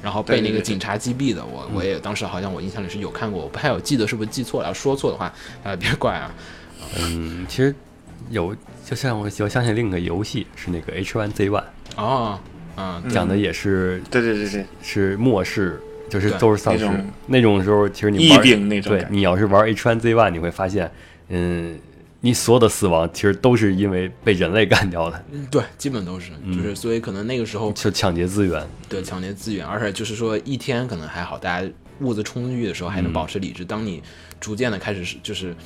然后被
对对
那个
对嗯
警察击毙的，我我也当时好像我印象里是有看过，我不太有记得是不是记错了，说错的话大家 别怪啊。
嗯，其实有，就像我我相信另一个游戏是那个 H1Z1，
哦，嗯，
讲的也是、
对对对对，
是末世，就是
对
都是丧尸
那种
那种时候，其实你
疫
玩
病那种
对
感觉，
你要是玩 H1Z1，你会发现，嗯，你所有的死亡其实都是因为被人类干掉的，
对，基本都是，
嗯
就是所以可能那个时候
就抢劫资源。
对抢劫资源，而且就是说一天可能还好，大家物资充裕的时候还能保持理智。当你逐渐的开始是就是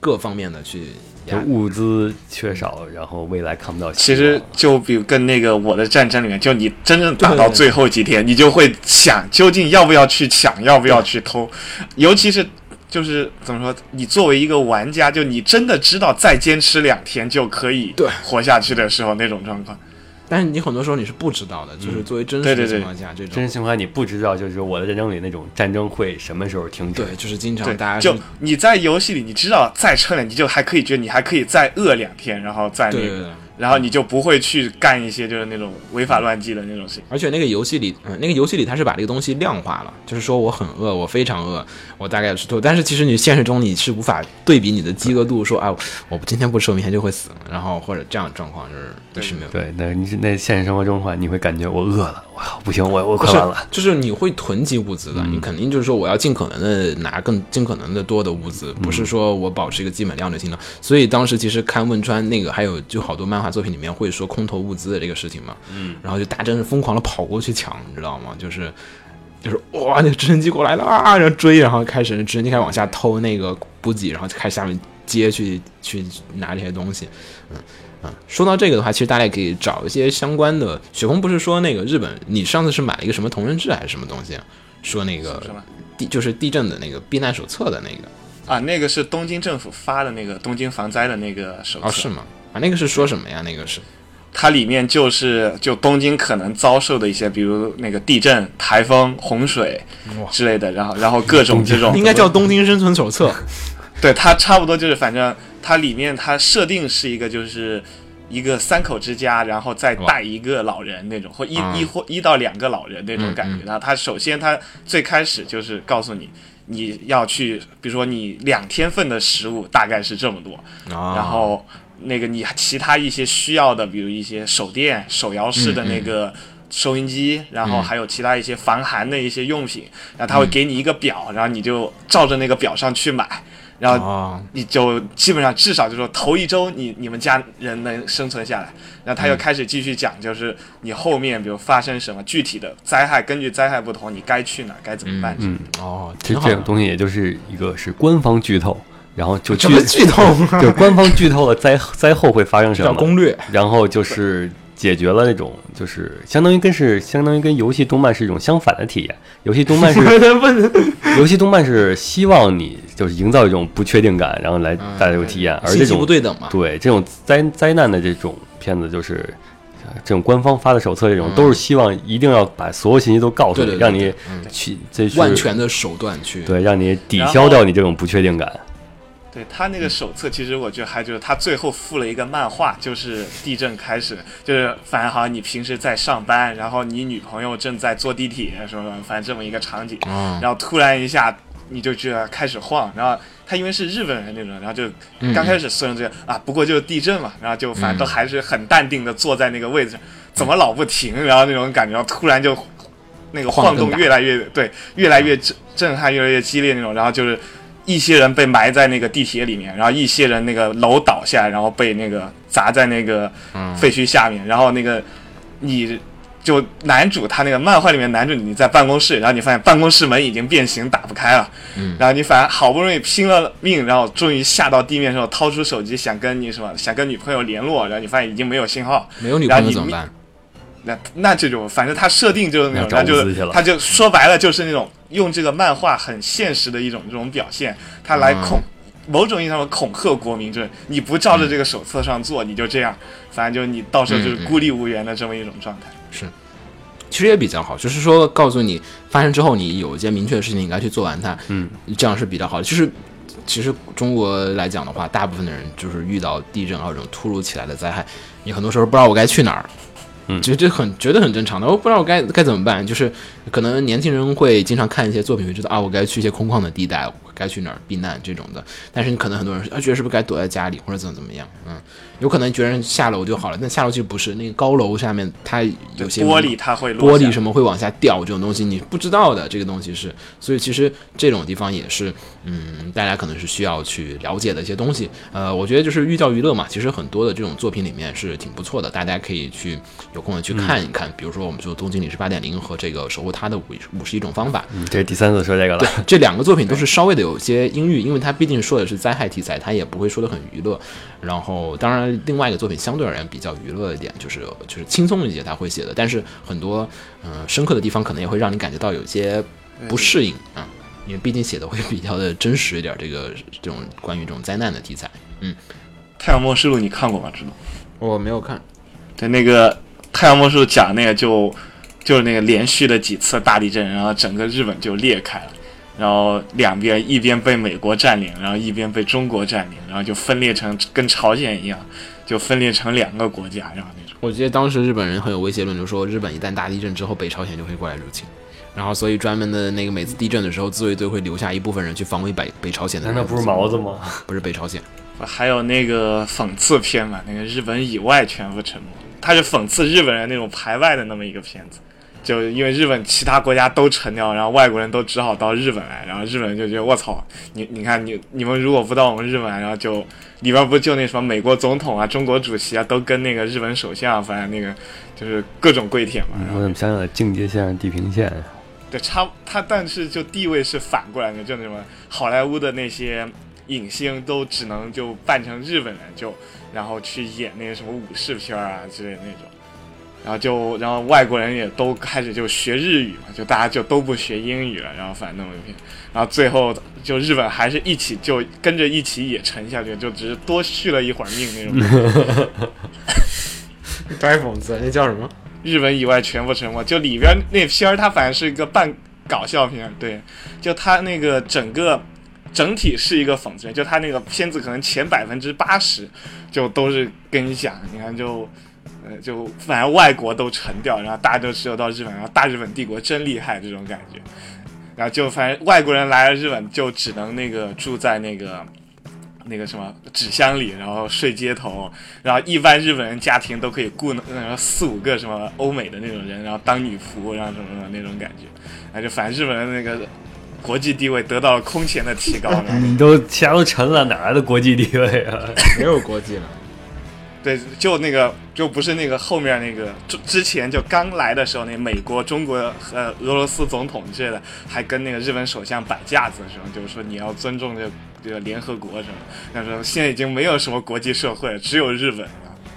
各方面的去
就
压，
物资缺少，然后未来看不到希
其
望。
实就比如跟那个我的战争里面，就你真正打到
对
最后几天，你就会想究竟要不要去抢，要不要去偷，尤其是。就是怎么说？你作为一个玩家，就你真的知道再坚持两天就可以
对
活下去的时候，那种状况，
但是你很多时候你是不知道的，就是作为真实
嗯对
的
对对
情况下，这
真实
种
情况下你不知道，就是我的战争里那种战争会什么时候停止。
对，就是经常
对，
大家
就是你在游戏里，你知道再撑两，你就还可以觉得你还可以再饿两天，然后再那
对
个，
对对。
然后你就不会去干一些就是那种违法乱纪的那种事情。
而且那个游戏里，嗯，那个游戏里它是把这个东西量化了，就是说我很饿，我非常饿，我大概吃多，但是其实你现实中你是无法对比你的饥饿度，说啊，我今天不吃，我明天就会死，然后或者这样的状况就是你是没有。
对，那你是那现实生活中的话，你会感觉我饿了，哇，不行，我我
不
快
是
完了。，嗯
就是你会囤积物资的，你肯定就是说我要尽可能的拿更尽可能的多的物
嗯
资，不是说我保持一个基本量就行了。所以当时其实看汶川那个，还有就好多漫画作品里面会说空投物资的这个事情嘛，嗯，然后就大家真是疯狂的跑过去抢，你知道吗？就是。就是哇，那直升机过来了啊，然后追，然后开始直升机开始往下偷那个补给，然后就开始下面接去去拿这些东西。嗯，说到这个的话，其实大家也可以找一些相关的。雪峰不是说那个日本，你上次是买了一个什么同人志还是什么东西啊、说那个
什么
地就是地震的那个避难手册的那个
啊，那个是东京政府发的那个东京防灾的那个手册，
哦哦，是吗？啊，那个是说什么呀？那个是
它里面就是就东京可能遭受的一些，比如那个地震、台风、洪水
哇
之类的，然后然后各种这种
应该叫《东京生存手 册》。
对它差不多就是，反正它里面它设定是一个就是一个三口之家，然后再带一个老人那种，或一、
啊
一或一到两个老人那种感
嗯
觉。然后它首先它最开始就是告诉你。你要去，比如说你两天份的食物大概是这么多，然
然
后那个你其他一些需要的，比如一些手电、手摇式的那个收音机，然后还有其他一些防寒的一些用品，然后他会给你一个表，然后你就照着那个表上去买，然后
啊，
你就基本上至少就说头一周你你们家人能生存下来，然后他又开始继续讲，就是你后面比如发生什么具体的灾害，根据灾害不同，你该去哪儿，该怎么办。
嗯，
哦，
其
挺
实
好
这
的。
种东西也就是一个是官方剧透，然后就
什么剧透？
就官方剧透了灾灾后会发生什
叫
么，
攻略，
然后就是解决了那种就是相当于跟是相当于跟游戏动漫是一种相反的体验。游戏动漫 是游戏动漫是希望你就是营造一种不确定感，然后来
嗯
带来这种体验，而
信
这
息
种
不对等嘛。
对这种灾灾难的这种片子，就是呃这种官方发的手册，这种、
嗯
都是希望一定要把所有信息都告诉
对
你，
对对
让你
嗯
去这是
万全的手段去，
对，让你抵
然
消
后
掉你这种不确定感。
对他那个手册，其实我觉得还就是他最后附了一个漫画，就是地震开始，就是反正好像你平时在上班，然后你女朋友正在坐地铁什么，反正这么一个场景，
啊，
然后突然一下你就觉得开始晃，然后他因为是日本人那种，然后就
嗯
刚开始虽然这样啊，不过就是地震嘛，然后就反正都还是很淡定的坐在那个位置上，怎么老不停，然后那种感觉，然后突然就那个
晃
晃
得更
动
大嗯
越来越对，越来越震震撼，越来越激烈那种，然后就是。一些人被埋在那个地铁里面，然后一些人那个楼倒下来，然后被那个砸在那个
嗯
废墟下面，然后那个你就男主他那个漫画里面男主你在办公室，然后你发现办公室门已经变形打不开了，
嗯
然后你反而好不容易拼了命，然后终于下到地面的时候，掏出手机想跟你什么想跟女朋友联络，然后你发现已经没有信号，
没有女
然
朋友
后你
怎么办？
那那这种反正他设定就是那种，
那
他
找物资
就
去了
他就说白了就是那种用这个漫画很现实的一种这种表现，他来恐。某种意义上的恐吓国民，就是你不照着这个手册上做，你就这样，反正就是你到时候就是
嗯嗯
孤立无援的这么一种状态。
其实也比较好，就是说告诉你发生之后，你有一件明确的事情应该去做完它，
嗯，
这样是比较好的。就是其实中国来讲的话，大部分的人就是遇到地震啊这种突如其来的灾害，你很多时候不知道我该去哪儿。
嗯
这这很绝对很正常的，我不知道我该该怎么办。就是可能年轻人会经常看一些作品，会知道啊，我该去一些空旷的地带，我该去哪儿避难这种的。但是你可能很多人啊，觉得是不是该躲在家里或者怎么怎么样？嗯，有可能觉得下楼就好了，但下楼其实不是，那个高楼下面它有些
玻璃它会落
玻
下
璃什么会往下掉，这种东西你不知道的，这个东西是，所以其实这种地方也是，嗯，大家可能是需要去了解的一些东西。呃，我觉得就是寓教于乐嘛，其实很多的这种作品里面是挺不错的，大家可以去有空的
嗯
去看一看。比如说我们说《东京里是八点零》和这个《守护他的五五十一种方法》，
嗯，这是第三次说这个了。
这两个作品都是稍微的有些阴郁，因为它毕竟说的是灾害题材，它也不会说的很娱乐。然后，当然另外一个作品相对而言比较娱乐一点，就是就是轻松一些，它会写的，但是很多嗯、呃深刻的地方可能也会让你感觉到有些不适应啊，因为毕竟写的会比较的真实一点，这个这种关于这种灾难的题材。
太阳末世录你看过吗？知道？
我没有看，
对，那个太阳末世录讲那个就就是那个连续的几次大地震，然后整个日本就裂开了，然后两边一边被美国占领，然后一边被中国占领，然后就分裂成跟朝鲜一样，就分裂成两个国家，然后那种。
我记得当时日本人很有威胁论，就说日本一旦大地震之后，北朝鲜就会过来入侵。然后，所以专门的那个每次地震的时候，自卫队会留下一部分人去防卫北北朝鲜的。
难道不是毛子？吗？
不是北朝鲜。
还有那个讽刺片嘛，那个日本以外全部沉没，它是讽刺日本人那种排外的那么一个片子。就因为日本其他国家都沉掉，然后外国人都只好到日本来，然后日本人就觉得我操，你你看你你们如果不到我们日本来，然后就里边不就那什么美国总统啊、中国主席啊，都跟那个日本首相，啊反正那个就是各种跪舔嘛。然
嗯我
后
怎么想起来境界线上地平线？
对，差他但是就地位是反过来的，就那什么好莱坞的那些影星都只能就扮成日本人，就然后去演那个什么武士片儿啊之类的那种，然后就然后外国人也都开始就学日语嘛，就大家就都不学英语了，然后反正那么一片，然后最后就日本还是一起就跟着一起也沉下去，就只是多续了一会儿命那种感觉。
太讽刺了，那叫什么？
日本以外全部沉默。就里边那片儿，它反正是一个半搞笑片儿，对，就它那个整个整体是一个讽刺片，就它那个片子可能前百分之八十就都是跟你讲，你看就。呃，就反正外国都沉掉，然后大家都只有到日本，然后大日本帝国真厉害这种感觉，然后就反正外国人来了日本就只能那个住在那个那个什么纸箱里，然后睡街头，然后一般日本人家庭都可以雇那呃四五个什么欧美的那种人，然后当女仆，然后什么什么那种感觉，啊，就反正日本人那个国际地位得到了空前的提高，然后
你都其他都沉了，哪来的国际地位 啊？
没有国际了。
对，就那个就不是那个后面那个，之之前就刚来的时候，那美国、中国和俄罗斯总统之类的，还跟那个日本首相摆架子的时候，就是说你要尊重这个这个联合国什么，那时候现在已经没有什么国际社会了，只有日本了。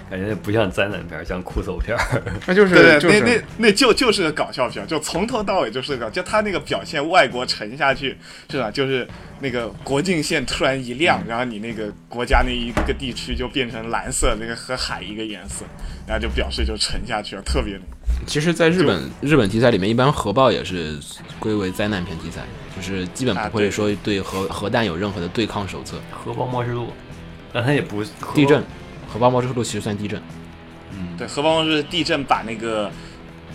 感觉不像灾难片，像酷搜片。
那就是
对
就
对，那
是
那那就就是个搞笑片，就从头到尾就是个搞，就他那个表现外国沉下去是吧？就是那个国境线突然一
嗯
亮，然后你那个国家那一个地区就变成蓝色，那个和海一个颜色，然后就表示就沉下去了，特别
其实，在日本日本题材里面，一般核爆也是归为灾难片题材，就是基本
啊
不
对
会说对核核弹有任何的对抗手册。
核爆末世录，但它也不
地震，核爆爆之后其实算地震，嗯
对。核爆是地震把那个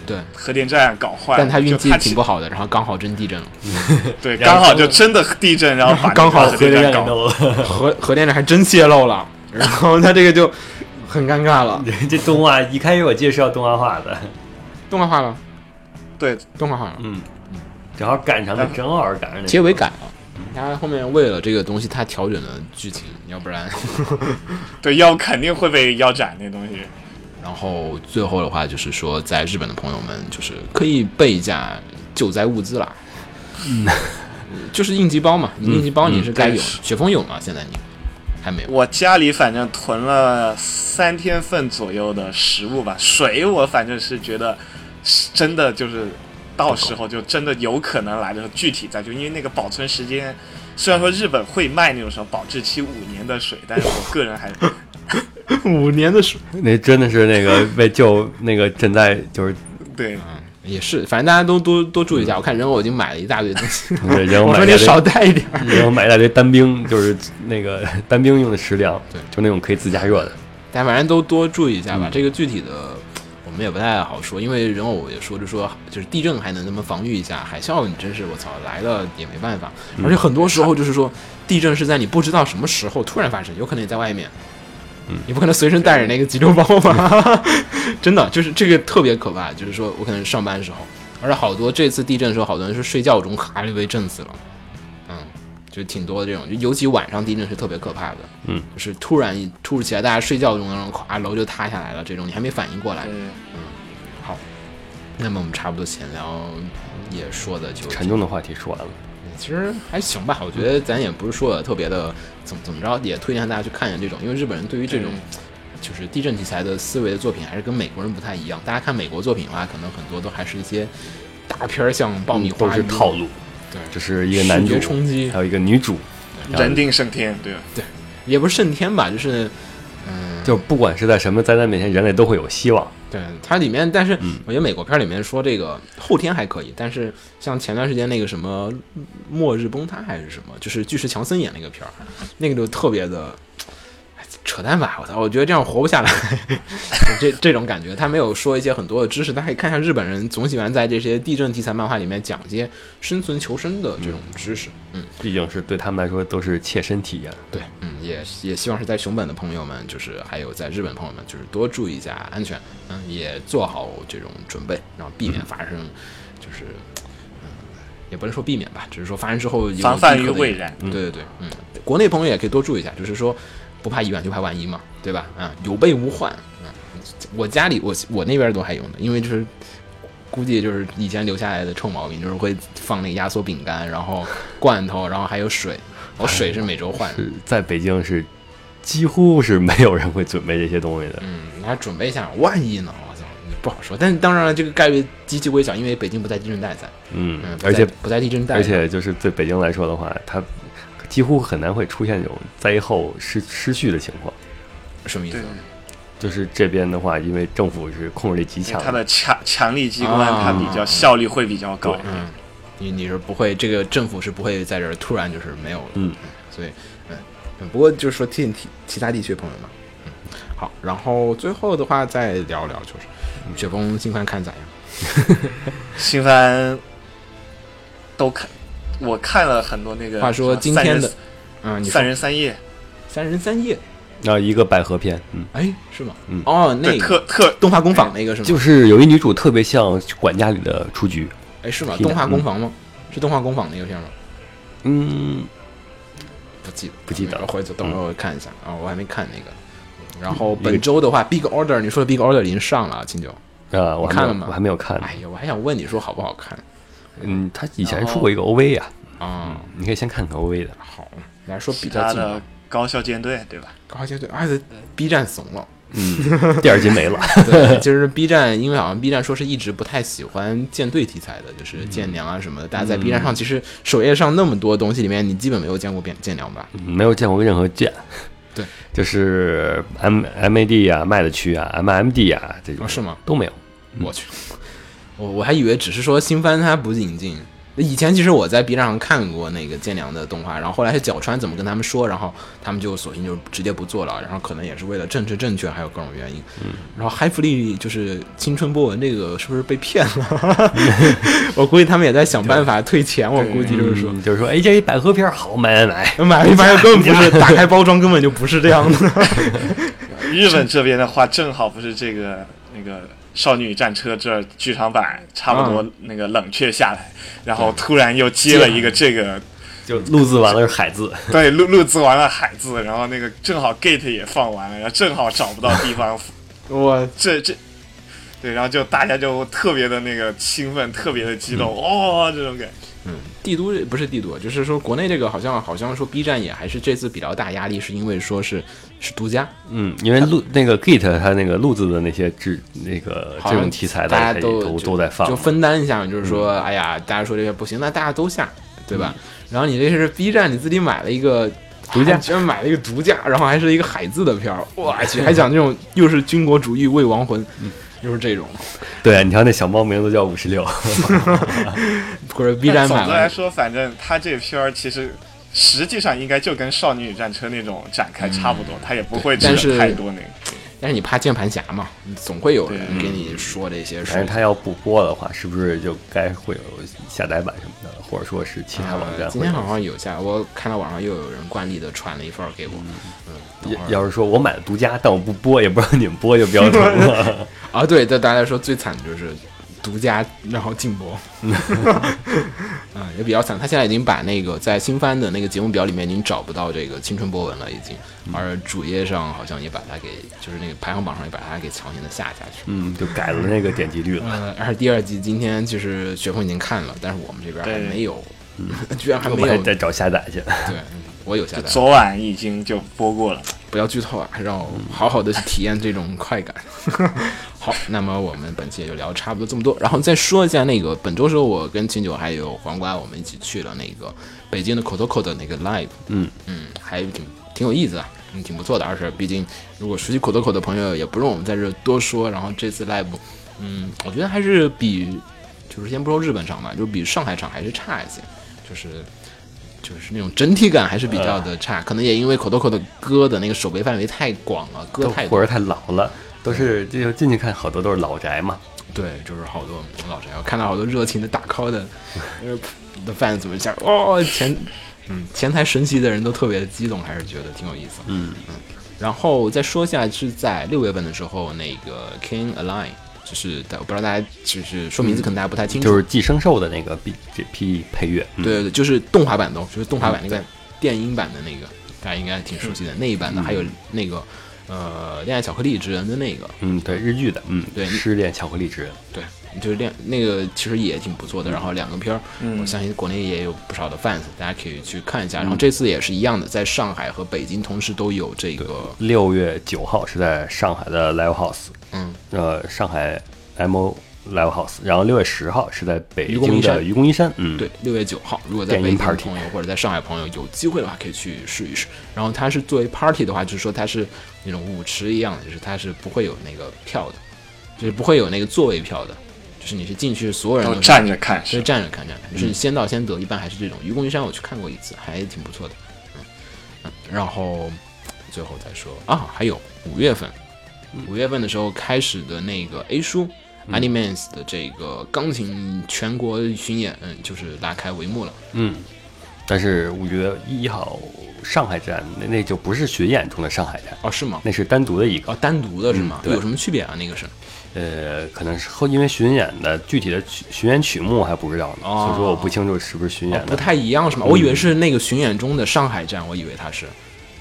对，
核电站搞坏了，
但他运气
就
挺
其
不好的，然后刚好真地震了，
对，
然
刚
后
好就真的地震，然后把那个
刚好
核
核
电
电
站
站
搞
给
坏了
弄了。
核核电站还真泄漏了，然后他这个就很尴尬了，
这动画一开始我记得是要动画化的，
动画化了，
对，
动画化了，
嗯，正好赶上了，正好赶上那个
结尾改了。他后面为了这个东西，他调整了剧情，要不然，
对腰肯定会被腰斩那东西。
然后最后的话就是说，在日本的朋友们就是可以备一下救灾物资啦，嗯，就是应急包嘛，你应急包你是该有，
对
嗯
雪峰有吗？现在你还没有，
我家里反正囤了三天份左右的食物吧，水我反正是觉得是真的就是到时候就真的有可能来的时候具体再就因为那个保存时间，虽然说日本会卖那种什么保质期五年的水，但是我个人 还是
五年的水
那真的是那个被救 那个赈灾，就是
对
也是，反正大家都多多注意一下。我看人偶已经买了一大堆东 西，
对人偶
我
买
说
了一
你
大堆
少带一点 儿。
然后买一大堆单兵，就是那个 单兵用的食粮，
对
就那种可以自加热的。
大家反正都多注意一下吧。这个具体的我们也不太好说，因为人偶也说着说，就是地震还能那么防御一下，海啸你真是我操来了也没办法。而且很多时候就是说，地震是在你不知道什么时候突然发生，有可能你在外面， 你不可能随身带着那个急救包吧？真的就是这个特别可怕，就是说我可能上班的时候，而且好多这次地震的时候，好多人是睡觉中咔就被震死了，嗯。就挺多的这种，就尤其晚上地震是特别可怕的。
嗯，
就是突然一突如其来，大家睡觉中，然后咵楼就塌下来了，这种你还没反应过来。
嗯
那么我们差不多闲聊也说的就
沉重的话题说完了，
其实还行吧，我觉得咱也不是说的特别的怎么怎么着，也推荐大家去看一下这种，因为日本人对于这种就是地震题材的思维的作品还是跟美国人不太一样。大家看美国作品的话，可能很多都还是一些大片儿，像《爆米花
嗯都》是
一样
套路。
对
这是一个男主
视觉冲击
还有一个女主，然后
人定胜天，对吧？
也不是胜天吧，就是
就是不管是在什么灾难面前，人类都会有希望。
对它里面，但是我觉得美国片儿里面说这个后天还可以，但是像前段时间那个什么《末日崩塌》还是什么，就是巨石强森演那个片儿，那个就特别的哎扯淡吧，我操，我觉得这样活不下来，就这 这种感觉。他没有说一些很多的知识，大家可以看一下日本人总喜欢在这些地震题材漫画里面讲一些生存求生的这种知识。嗯，
毕竟是对他们来说都是切身体验。
对，嗯，也也希望是在熊本的朋友们，就是还有在日本的朋友们，就是多注意一下安全，嗯，也做好这种准备，然后避
嗯
免发生，就是，嗯，也不能说避免吧，只是说发生之后有
防范
立刻
于
的
未
影
然
对对对，嗯，国内朋友也可以多注意一下，就是说不怕一远就怕万一嘛，对吧？啊，有备无患。嗯，我家里我我那边都还有呢，因为就是估计就是以前留下来的臭毛病，就是会放那个压缩饼干，然后罐头，然后还有水。我水是每周换的，
是在北京是几乎是没有人会准备这些东西的。
嗯，你还准备一下，万一呢？我操，不好说。但是当然了，这个概率极其微小，因为北京不在地震带在，
嗯
嗯，，不
而
在
且
不在地震带，
而且就是对北京来说的话，它几乎很难会出现这种灾后失失序的情况。
什么意思
对？
就是这边的话，因为政府是控制力极
因
强
为它的强强力机关，
啊
它比较效率会比较高
对。
嗯，你你是不会，这个政府是不会在这儿突然就是没有的，
嗯，
所以，嗯，不过就是说提醒其其他地区的朋友嘛，嗯，好，然后最后的话再聊聊就是雪崩新番看咋样？
新番都看，我看了很多那个。
话说今天的，嗯，你
《
说
三人三夜
三人三夜，
然后一个百合片，嗯，
哎，是吗？
嗯
哦，》那
对
个
特特
动画工坊那个是吗？
就是有一女主特别像管家里的雏菊，
哎，是吗？
是的
动画工坊吗？是动画工坊那个片吗？
嗯，
不记得，
不记得了
我回头等会儿我看一下啊，我还没看那个。然后本周的话，Big Order，你说的 Big Order 已经上了啊，秦九。
啊，我还没有
看了吗
我还没有看，
哎呀，我还想问你说好不好看
嗯，他以前
然后
出过一个 OV 呀，
啊？
你可以先看看 OV 的，
好，来说比
其
较
他
近吧
的。高校舰队，对吧？
高阶对，而且哎 B 站怂了。
嗯，第二集没了，
对，就是 B 站，因为好像 B 站说是一直不太喜欢舰队题材的，就是舰娘啊什么的。大家在 B 站上其实首页上那么多东西里面，你基本没有见过舰舰娘吧？
没有见过任何剑，
对，
就是 M M A D 啊，麦的区啊，M M D 啊这种
哦，是吗？
都没有，
我去，我我还以为只是说新番它不引进。以前其实我在 B 站上看过那个剑良的动画，然后后来是角川怎么跟他们说，然后他们就索性就直接不做了，然后可能也是为了政治正确，还有各种原因。然后 Hype 力就是青春波纹这个是不是被骗了？ 我估计他们也在想办法退钱，我估计就是说。
嗯就是说，哎，这一百合片好买买买，
买一买根本不是，打开包装根本就不是这样的。
日本这边的话，正好不是这个那个《少女战车》这儿剧场版差不多那个冷却下来，然后突然又接了一个这个，
就录字完了是海字，
对，录录制完了海字，然后那个正好 Gate 也放完了，然后正好找不到地 方，
我
这这。对，然后就大家就特别的那个兴奋，特别的激动，哦，这种感觉。
帝都不是帝都，就是说国内这个好像好像说 B 站也还是这次比较大压力，是因为说是是独家，
嗯，因为录那个 Git 它那个录字的那些制那个
好
这
像
种题材的，
大
它
家
也
都
都
就
都在放
就，分担一下，就是说，哎呀，大家说这个不行，那大家都下，对
嗯
吧？然后你这是 B 站你自己买了一个。独家居然买了一个独家，然后还是一个海字的片儿，我去，还讲这种又是军国主义为亡魂，
嗯
又是这种，
对，你瞧那小猫名字叫五十六，
或者 B 站
总
买
的来
了，
说，反正它这片儿其实实际上应该就跟《少女与战车》那种展开差不多，它也不会
嗯对但
扯
是
太多那个。
但是你怕键盘侠嘛，总会有人
对
给你说这些
但
事
是。它要不播的话，是不是就该会有下载版什么的，或者说是其他网站
呃今
会
天
有？
好像有下，我看到网上又有人惯例的传了一份儿给我，嗯，等会儿
要要是说我买了独家，但我不播，也不让你们播，就不 要疼了。
啊，对，对大家说最惨的就是独家，然后禁 播，嗯，也比较惨。他现在已经把那个在新番的那个节目表里面已经找不到这个青春波纹了，已经，而主页上好像也把它给，就是那个排行榜上也把它给强行的下下去。
嗯，就改了那个点击率了。
呃，而第二季今天就是雪峰已经看了，但是我们这边还
对
没有， 居嗯然还
我
没
们还
有。
得找下载去，
对，我有下载，
昨晚已经就播过了。
不要剧透啊，让我好好的去体验这种快感。 好，那么我们本期也就聊差不多这么多，然后再说一下那个本周时候，我跟秦九还有黄瓜，我们一起去了那个北京的 Kotoko 的那个 live，
嗯
嗯，还挺挺有意思啊，嗯，挺不错的。而且毕竟如果熟悉 Kotoko 的朋友也不用我们在这多说，然后这次 live，嗯，我觉得还是比就是先不说日本场吧，就是比上海场还是差一些，就是就是那种整体感还是比较的差，可能也因为口头口的歌的那个手背范围太广了，歌
都
太
活
多，
儿太老了，都是就进去看，好多都是老宅嘛。
对，就是好多老宅，我看到好多热情的打 call 的，呃的 fans 怎么讲，哦，前嗯前台神奇的人都特别激动，还是觉得挺有意思。
嗯
然后再说一下，是在六月份的时候，那个 King Align，就是大我不知道大家就是说名字可能大家不太清楚，
就是寄生兽的那个 B G P 配乐，嗯
嗯对对对，就是动画版的哦，就是动画版那个电音版的那个，大家应该挺熟悉的那一版的，还有那个呃《恋爱巧克力之人》的那个，
嗯，对，日剧的，嗯，
对
失恋巧克力之人，
对，就是恋那个其实也挺不错的。然后两个片儿，
嗯
我相信国内也有不少的 fans，大家可以去看一下。然后这次也是一样的，在上海和北京同时都有这个，
六月九号是在上海的 Live House，
嗯，
呃，上海 M O Live House，然后六月十号是在北
愚公
京
移
的
山
愚公移山，嗯，
对，，六月九号，如果在
电
北
音
京的
party
朋友或者在上海朋友有机会的话，可以去试一试。然后它是作为 party 的话，就是说它是那种舞池一样的，就是它是不会有那个票的，就是不会有那个座位票的，就是你是进去所有人
都
是
站着看嗯
就是是
吧？
站着看站着看，就是先到先得，一般还是这种。愚公移山我去看过一次，还挺不错的。嗯，嗯然后最后再说啊，还有五月份，五月份的时候开始的那个 A 叔 Animans 的这个钢琴全国巡演，嗯，就是拉开帷幕了。
嗯，但是五月一号上海站那那就不是巡演中的上海站，
哦，是吗？
那是单独的一个
哦，，单独的是吗？
嗯对
有什么区别啊？那个是
呃，可能是后因为巡演的具体的曲巡演曲目还不知道呢，
哦
所以说我不清楚是不是巡
哦
演的，
不太一样是吗？我以为
嗯
是那个巡演中的上海站，我以为它是。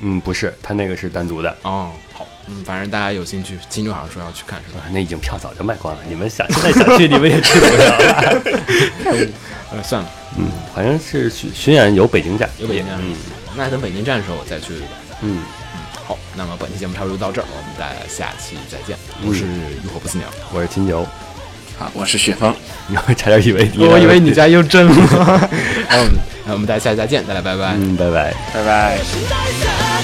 嗯，不是，他那个是单独的。
哦，好，嗯，反正大家有兴趣，金牛好像说要去看是吧？
啊那已经票早就卖光了，你们想现在想去，你们也去不了。
呃，算了。
嗯，好像是巡巡演有北京站，
有北京站
嗯
那等北京站的时候我再去吧。
嗯，
好，那么本期节目差不多到这儿，我们大家下期再见。我是浴火不死鸟，
我是金牛，
好，我是雪峰。
然后差点以为你，
家又震 了。然后我们，然后嗯我们大家下期再见，大家拜拜。
嗯，拜拜。
拜拜。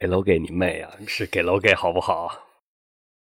给楼给你妹啊，是给楼给好不好？